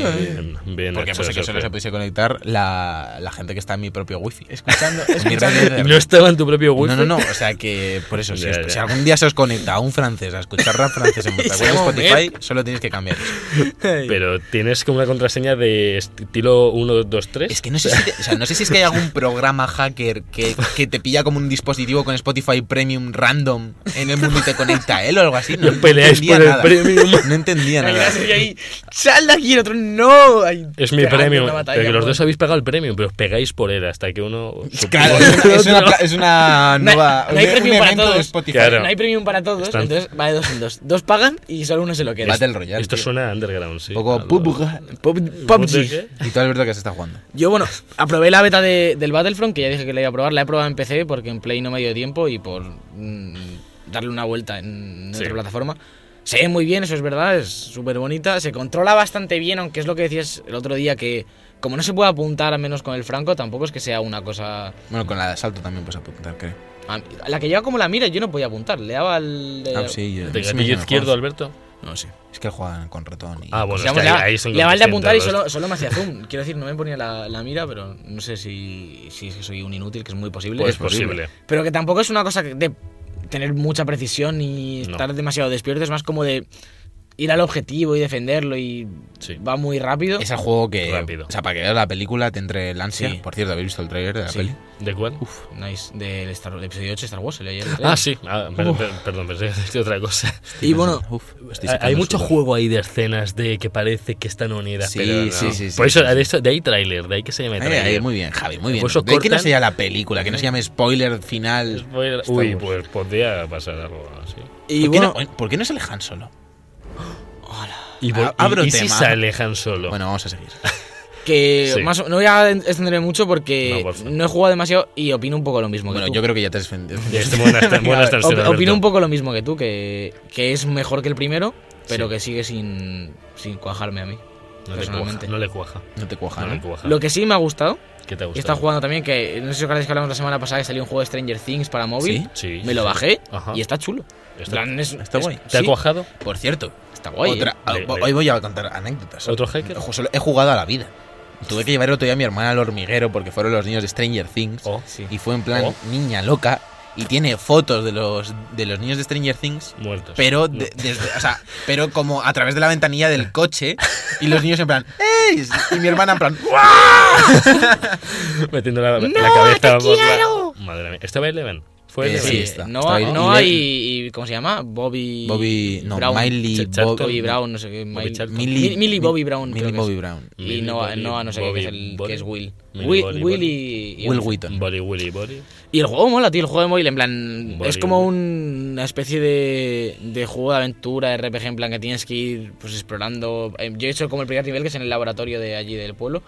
B: Bien, bien
C: porque
B: hecho,
C: puse que solo se
B: Sergio.
C: pudiese conectar la, la gente que está en mi propio wifi. [laughs]
D: Escuchando,
C: Mi
D: escuchando.
C: red de-
B: No estaba en tu propio wifi.
C: No, no, no. O sea que, por
B: [laughs]
C: eso, si,
B: Ya,
C: os-
B: ya.
C: si algún día se os conecta a un francés a escuchar rap francés
B: [laughs]
C: en vuestra
D: Y
C: cuenta
D: se
C: de Spotify, solo tenéis que cambiar eso.
B: Pero tienes como una contraseña de estilo 1, 2, 3.
C: Es que no sé si, te- o sea, no sé si es que hay algún programa hacker que, que te pilla como un dispositivo con Spotify Premium random en el mundo y te conecta a él o algo así. No,
B: Y os peleáis
C: entendía
B: por el
C: nada.
B: premium.
C: No entendía
D: Ay,
C: nada.
D: gracias, y ahí, sal de aquí, el otro no. Ay,
B: Es mi
D: pegando
B: premium.
D: una batalla,
B: Pero que los
D: pues.
B: dos habéis pagado el premium, pero os pegáis por él hasta que
C: [laughs]
B: uno. [laughs]
C: Claro,
B: supone-
C: es una, es una pla-
B: [laughs]
C: es una
D: No hay-
C: nueva.
D: no hay
C: un- un
D: premium para
C: evento de
D: todos.
C: Spotify.
B: Claro.
D: No hay premium para todos,
B: Están-
D: entonces va de dos en dos. Dos pagan y solo uno se lo queda.
C: Battle Royale.
B: Esto
C: tío.
B: suena a underground, sí.
C: Un poco.
B: Algo-
C: pub-
D: Pop-
B: ¿Cómo te-
D: PUBG.
B: Pues, qué?
C: Y tú, Alberto, que se está jugando.
D: Yo, bueno, aprobé la beta de- del Battlefront, que ya dije que la iba a probar. La he probado en PC porque en Play no me dio tiempo y por mm, darle una vuelta en
B: Sí.
D: otra plataforma. Se ve muy bien, eso es verdad, es súper bonita. Se controla bastante bien, aunque es lo que decías el otro día, que como no se puede apuntar, al menos con el franco, tampoco es que sea una cosa...
C: Bueno, con la de asalto también puedes apuntar, creo.
D: a mí- la que lleva como la mira, yo no podía apuntar. Le daba al...
C: Ah, sí, yo-
B: ¿Te
C: sí me
B: Eh, gatillo
C: suena,
B: izquierdo,
C: Juan.
B: Alberto?
D: No sé.
C: Es que juegan con ratón. Y...
B: Ah, bueno,
D: Pues Digamos,
B: es
D: le,
B: que
D: daba-
B: ahí, ahí son
D: le daba el de apuntar y
B: conscientes
D: solo, solo me hacía zoom. Quiero decir, no me ponía la, la mira, pero no sé si, si es que soy un inútil, que es muy
B: los-
D: posible.
B: Pues es posible.
D: Pero que tampoco es una cosa que- de tener mucha precisión y
B: No.
D: estar demasiado despierto, es más como de ir al objetivo y defenderlo y
B: Sí.
D: va muy rápido.
C: Es el juego que.
B: Rápido.
C: O sea, para que veas la película te entre el ansia.
D: Sí.
C: Por cierto, ¿habéis visto el trailer de la
D: Sí.
C: peli?
B: ¿De cuál?
D: Nice, del Star- del episodio 8 de Star Wars, el de ayer.
B: Ah, sí. Ah, per- per- perdón, pensé que decía otra cosa.
D: Y bueno,
C: Uf, estoy
B: Hay-
C: sacando
B: Hay mucho
C: sudor.
B: juego ahí de escenas de que parece que están unidas,
C: Sí,
B: pero no.
C: sí, sí, sí,
B: Por eso,
C: sí, sí.
B: de, eso- de ahí trailer, de ahí que se llame
C: Ahí,
B: trailer.
C: ahí, muy bien, Javi, muy bien.
B: Por eso
C: ¿De qué no
B: Pues cortan-
C: se llama la película? Que no se llame spoiler final.
B: Spoiler-
C: Star
B: Uy,
C: Wars.
B: pues podría pasar algo así.
D: y
C: ¿Por, qué
D: bueno,
C: no, ¿Por qué no se alejan solo?
B: Y,
C: Ah,
B: vol- y-
C: abro
B: y si
C: tema.
B: se alejan solo.
C: Bueno, vamos
B: [laughs]
C: a seguir.
D: que
B: Sí.
D: más o- no voy a extenderme mucho porque
B: No,
D: no,
B: por favor.
D: he jugado demasiado y opino un poco lo mismo
C: Bueno,
D: que tú.
C: yo creo que ya te has defendido. [laughs]
B: Ya está, buenas tardes, buenas tardes,
D: Op-
B: Alberto.
D: opino un poco lo mismo que tú, que, que es mejor que el primero, pero que sigue sin, sin cuajarme a mí.
B: No, le
D: personalmente.
B: cuaja, no le cuaja.
C: No te cuaja, ¿eh?
B: No le
C: ¿no?
B: cuaja.
D: Lo que sí me ha gustado,
B: ¿Qué te ha
D: y está
B: gustado?
D: jugando también, que no sé si os acordáis que hablamos la semana pasada que salió un juego de Stranger Things para móvil.
B: Sí,
D: Me lo
B: sí, sí.
D: bajé
B: Ajá.
D: y está chulo. En
B: Está-
D: plan, es-
C: está
D: es-
C: guay.
B: ¿Te ha
D: sí,
B: cuajado?
C: Por cierto,
D: Está guay. ¿eh?
C: otra-
B: Le-
C: hoy-
B: le-
C: hoy voy a contar anécdotas.
B: ¿Otro hacker?
C: Ojo, solo he jugado a la vida. Tuve que llevar el otro día a mi hermana al hormiguero porque fueron los niños de Stranger Things.
B: Oh.
D: Sí.
C: Y fue en plan
B: Oh.
C: niña loca. Y tiene fotos de los, de los niños de Stranger Things.
B: Muertos.
C: Pero, de- desde- o sea, pero como a través de la ventanilla del coche. Y los niños en plan. ¡Ey! Y mi hermana en plan. "Guau".
B: [laughs] Metiendo la, la cabeza por la- Madre mía. ¿Estaba Eleven? ¿Fue
C: Eh,
B: Eleven?
C: sí,
D: Eh,
C: está.
D: Noah,
C: Está ahí.
D: Noah
C: Y le-
D: y, y- ¿Cómo se llama? Bobby.
C: Bobby. No,
D: Brown.
C: Miley.
B: Ch- Charlton.
C: Bob-
D: Bobby Brown, no sé qué. Miley-
B: Charlton.
D: Millie, Millie Bobby Brown. creo
C: Millie
D: que
C: Bobby
D: es.
C: Brown.
D: Y
B: Millie
D: Noah,
B: Bobby-
D: Noah, no sé qué, que es,
B: Bobby
D: el,
B: Bobby.
D: que es Will.
B: Millie
D: Will,
B: Bobby
D: Will
B: Bobby.
D: y. y-
C: Will Wheaton.
B: Body, Willy, Body.
D: Y el juego mola, tío. El juego de móvil, en plan.
B: Body,
D: es como
B: Body.
D: una especie de, de juego de aventura, RPG, en plan que tienes que ir pues explorando. Eh, Yo he hecho como el primer nivel, que es en el laboratorio de allí del pueblo.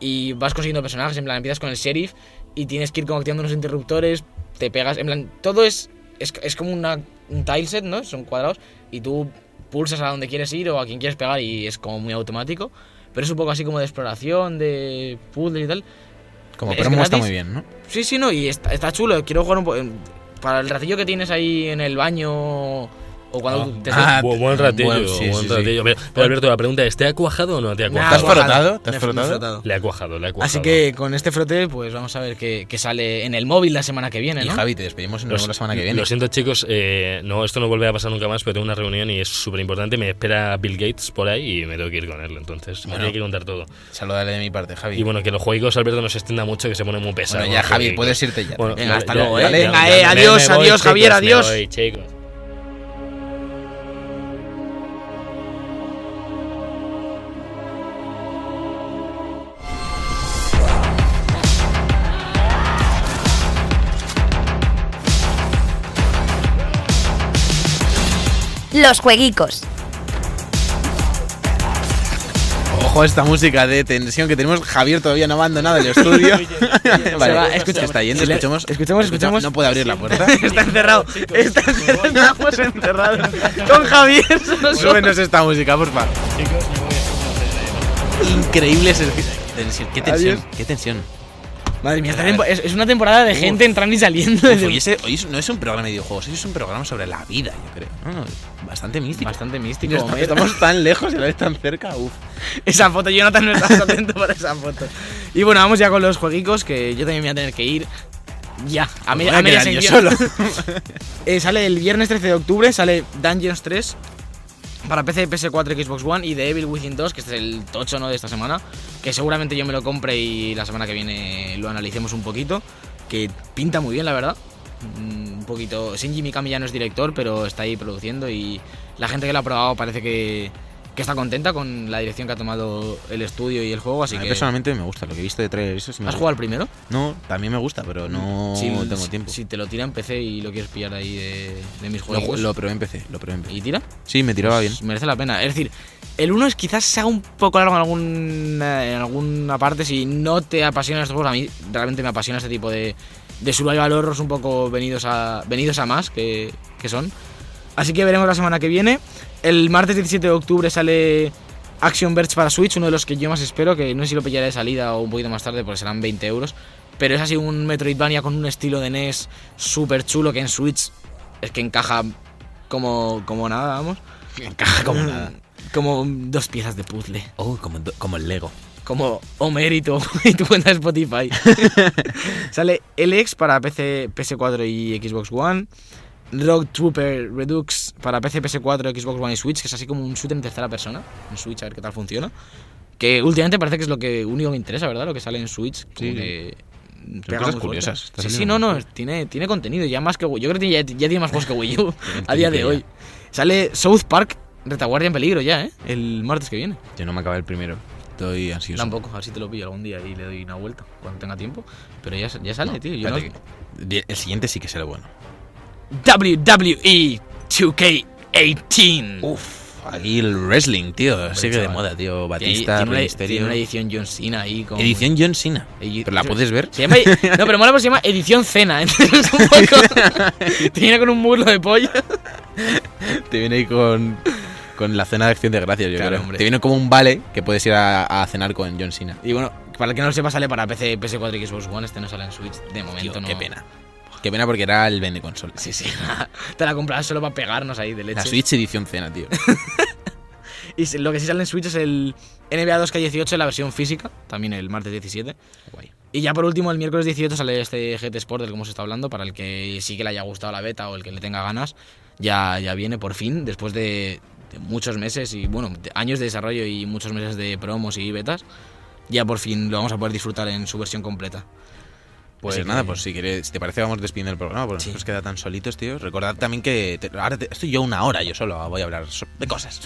D: Y vas consiguiendo personajes, en plan, empiezas con el sheriff y tienes que ir como activando unos interruptores, te pegas. En plan, todo es. Es, es como una, un tileset, ¿no? Son cuadrados. Y tú pulsas a donde quieres ir o a quien quieres pegar y es como muy automático. Pero es un poco así como de exploración, de puzzle y tal.
C: Como
D: Es
C: promo está
D: gratis. Ah,
C: muy bien, ¿no?
D: Sí, sí, no, y está, está chulo. Quiero jugar un poco. Para el ratillo que tienes ahí en el baño O cuando te
C: Ah,
B: Bu- buen ratillo,
C: bueno, sí,
B: buen
C: sí, sí.
B: ratillo. Pero, pero, Alberto, la pregunta es, ¿te ha cuajado o no te ha
D: Me ha
B: cuajado?
C: ¿Te has
D: cuajado,
C: frotado? ¿Te has
D: me he fr- me he
C: frotado?
B: Le ha cuajado, le ha cuajado.
D: Así que con este frote, pues vamos a ver qué, qué sale en el móvil la semana que viene,
C: Y
D: ¿no?
C: Javi, te despedimos y nos
B: Lo
C: vemos la semana que viene.
B: Lo siento, chicos. eh, no, esto no volverá a pasar nunca más, pero tengo una reunión y es súper importante. Me espera Bill Gates por ahí y me tengo que ir con él. Entonces, me
C: Bueno.
B: tiene que contar todo.
C: Saludale de mi parte, Javi.
B: Y bueno, que los juegos, Alberto, nos extienda mucho, que se pone muy pesado.
C: Bueno, ya,
B: los
C: Javi,
B: jueguicos.
C: puedes irte ya.
B: Bueno,
D: Venga,
B: ya-
D: hasta
B: ya- ya-
D: luego, eh.
B: ya-
D: Venga,
B: ya-
D: eh,
B: ya-
D: adiós,
B: me voy,
D: adiós, Javier,
B: chicos, me
D: adiós.
B: voy, chicos.
A: Los jueguicos.
C: Ojo a esta música de tensión que tenemos. Javier todavía no ha abandonado el estudio. vale,
D: [laughs] Se va,
C: escucha,
D: escucha.
C: está yendo,
D: Le-
C: escuchamos.
D: escuchamos,
C: Escucha-
D: escuchamos.
C: No puede abrir la puerta.
D: [laughs] Está encerrado. Está encerrado. Estamos encerrados. [laughs] Con Javier.
C: [laughs]
D: solo-
C: Súbenos esta música, por favor. Increíble ser... tensión. Qué tensión,
D: Adiós.
C: qué tensión.
D: Madre mía, esta [laughs] tempo- es, es una temporada de gente entrando y saliendo.
C: Uf, Hoy, ese- hoy es- no es un programa de videojuegos, hoy es un programa sobre la vida, yo creo. Ah, bastante místico.
D: Bastante místico.
C: No está- Estamos tan lejos y a la vez tan cerca. Uf.
D: Esa foto, Jonathan no estás atento para esa foto. Y bueno, vamos ya con los jueguicos, que yo también voy a tener que ir. Ya, a,
C: Me
D: media-
C: Pues voy
D: a
C: a
D: media
C: quedar yo
D: sección. [laughs]
C: solo.
D: Eh, sale el viernes 13 de octubre, sale Dungeons 3 para PC, PS4, Xbox One y The Evil Within 2, que este es el tocho ¿no? de esta semana, que seguramente yo me lo compre y la semana que viene lo analicemos un poquito, que pinta muy bien, la verdad. Mm, Un poquito... Shinji Mikami ya no es director, pero está ahí produciendo y la gente que lo ha probado parece que, que está contenta con la dirección que ha tomado el estudio y el juego, así
C: A mí
D: que...
C: personalmente me gusta lo que he visto de trailer. Eso sí me
D: ¿Has
C: gusta.
D: jugado al primero?
C: No, también me gusta, pero no
D: Si-
C: tengo
D: si-
C: tiempo.
D: Si te lo tira en PC y lo quieres pillar ahí de, de mis
C: lo,
D: juegos.
C: lo probé en PC, lo probé en PC.
D: pues, ¿Y tira?
C: Sí, me tiraba bien.
D: Pues merece la pena. Es decir, el 1 es quizás sea un poco largo en alguna, en alguna parte si no te apasionan estos juegos. A mí realmente me apasiona este tipo de, de survival horrors un poco venidos a, venidos a más que, que son. Así que veremos la semana que viene. El martes 17 de octubre sale Action Verge para Switch, uno de los que yo más espero, que no sé si lo pillaré de salida o un poquito más tarde porque serán 20 euros. Pero es así un Metroidvania con un estilo de NES súper chulo que en Switch es que encaja como, como
C: [laughs]
D: nada, vamos. Mm,
C: Encaja como nada.
D: Como dos piezas de puzzle.
C: Oh, como, como el Lego.
D: Como Homer y tu, [laughs] y tu cuenta
C: [laughs]
D: de Spotify. Sale LX para PC, PS4 y Xbox One. Rock Trooper Redux para PC, PS4, Xbox One y Switch, que es así como un shooter en tercera persona. En Switch, a ver qué tal funciona. Que últimamente parece que es lo que único que interesa, ¿verdad? Lo que sale en Switch. como
C: Sí.
D: que
C: cosas
D: pega muy fuerte.
C: curiosas, está
D: Sí, sí,
C: saliendo
D: no, no.
C: muy
D: Tiene, tiene contenido. Ya más que Wii- Yo creo que ya, ya tiene más juegos que Wii U a día
C: [laughs]
D: de
C: Tiene
D: hoy. Sale South Park, Retaguardia en peligro ya, ¿eh? El martes que viene.
C: Yo no me acabé el primero. Estoy ansioso.
D: Tampoco, a ver si te lo pillo algún día y le doy una vuelta cuando tenga tiempo. Pero ya, ya sale,
C: No,
D: tío. Yo
C: espérate que- El siguiente sí que será bueno.
D: no- WWE 2K18.
C: Uf, aquí el wrestling, tío. sigue
D: chaval.
C: de moda, tío.
D: Tiene-
C: Batista,
D: tiene,
C: Rey
D: una,
C: Mysterio.
D: tiene una edición John Cena ahí. Con,
C: Edición John Cena.
D: Edi-
C: ¿Pero la
D: se-
C: puedes ver?
D: Se
C: [laughs]
D: llama, no, pero mola porque se llama Edición Cena. [laughs] Entonces, un
C: [laughs]
D: poco. te viene con un muslo de pollo.
C: Te viene ahí con, con la cena de acción de gracias, yo
D: Claro,
C: creo.
D: hombre.
C: Te viene como un vale que puedes ir a, a cenar con John Cena.
D: Y bueno, para el que no lo sepa, sale para PC, PS4 y Xbox One. Este no sale en Switch. De momento
C: Tío,
D: no.
C: Qué pena. Qué pena porque era el vende consola.
D: Sí, sí. [laughs] te la comprabas solo para pegarnos ahí de leche.
C: La Switch edición cena,
D: [laughs]
C: tío.
D: Y se- lo que sí sale en Switch es el NBA 2K18, la versión física, también el martes 17.
C: Guay.
D: Y ya por último, el miércoles 18 sale este GT Sport del que hemos estado hablando, para el que sí que le haya gustado la beta o el que le tenga ganas, ya, ya viene por fin, después de, de muchos meses y, bueno, de- años de desarrollo y muchos meses de promos y betas, ya por fin lo vamos a poder disfrutar en su versión completa.
C: Pues
D: Así
C: nada,
D: que-
C: pues si quieres, si te parece vamos despidiendo el programa, porque
D: Sí.
C: nos queda tan solitos, tío. Recordad también que te- ahora te- estoy yo una hora, yo solo voy a hablar so- de cosas.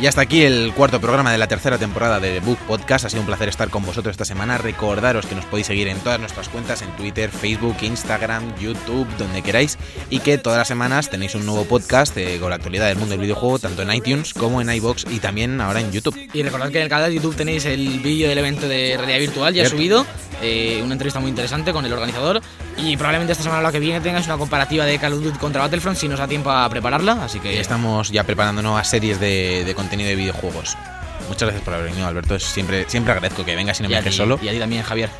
C: Y hasta aquí el cuarto programa de la tercera temporada de The Book Podcast. Ha sido un placer estar con vosotros esta semana. Recordaros que nos podéis seguir en todas nuestras cuentas, en Twitter, Facebook, Instagram, YouTube, donde queráis. Y que todas las semanas tenéis un nuevo podcast eh, con la actualidad del mundo del videojuego, tanto en iTunes como en iBox y también ahora en YouTube.
D: Y recordad que en el canal de YouTube tenéis el vídeo del evento de realidad virtual ya
C: Cierto.
D: subido eh, una entrevista muy interesante con el organizador y probablemente esta semana o la que viene tengas una comparativa de Call of Duty contra Battlefront si nos da tiempo a prepararla, así que
C: Y estamos Eh, ya preparando nuevas series de, de contenido de videojuegos. Muchas gracias por haber venido, Alberto. Es Siempre, siempre agradezco que vengas y no
D: Y
C: me
D: a
C: dejes
D: ti-
C: solo. [laughs]
D: Y a ti también, Javier.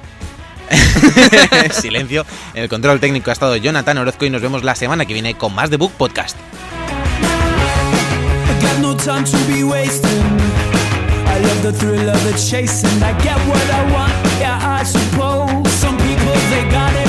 C: Silencio. En el control técnico ha estado Jonathan Orozco y nos vemos la semana que viene con más The Book Podcast.
F: I got no time to be wasting. I love the thrill of the chasing. I get what I want, yeah, I suppose. Some people they got it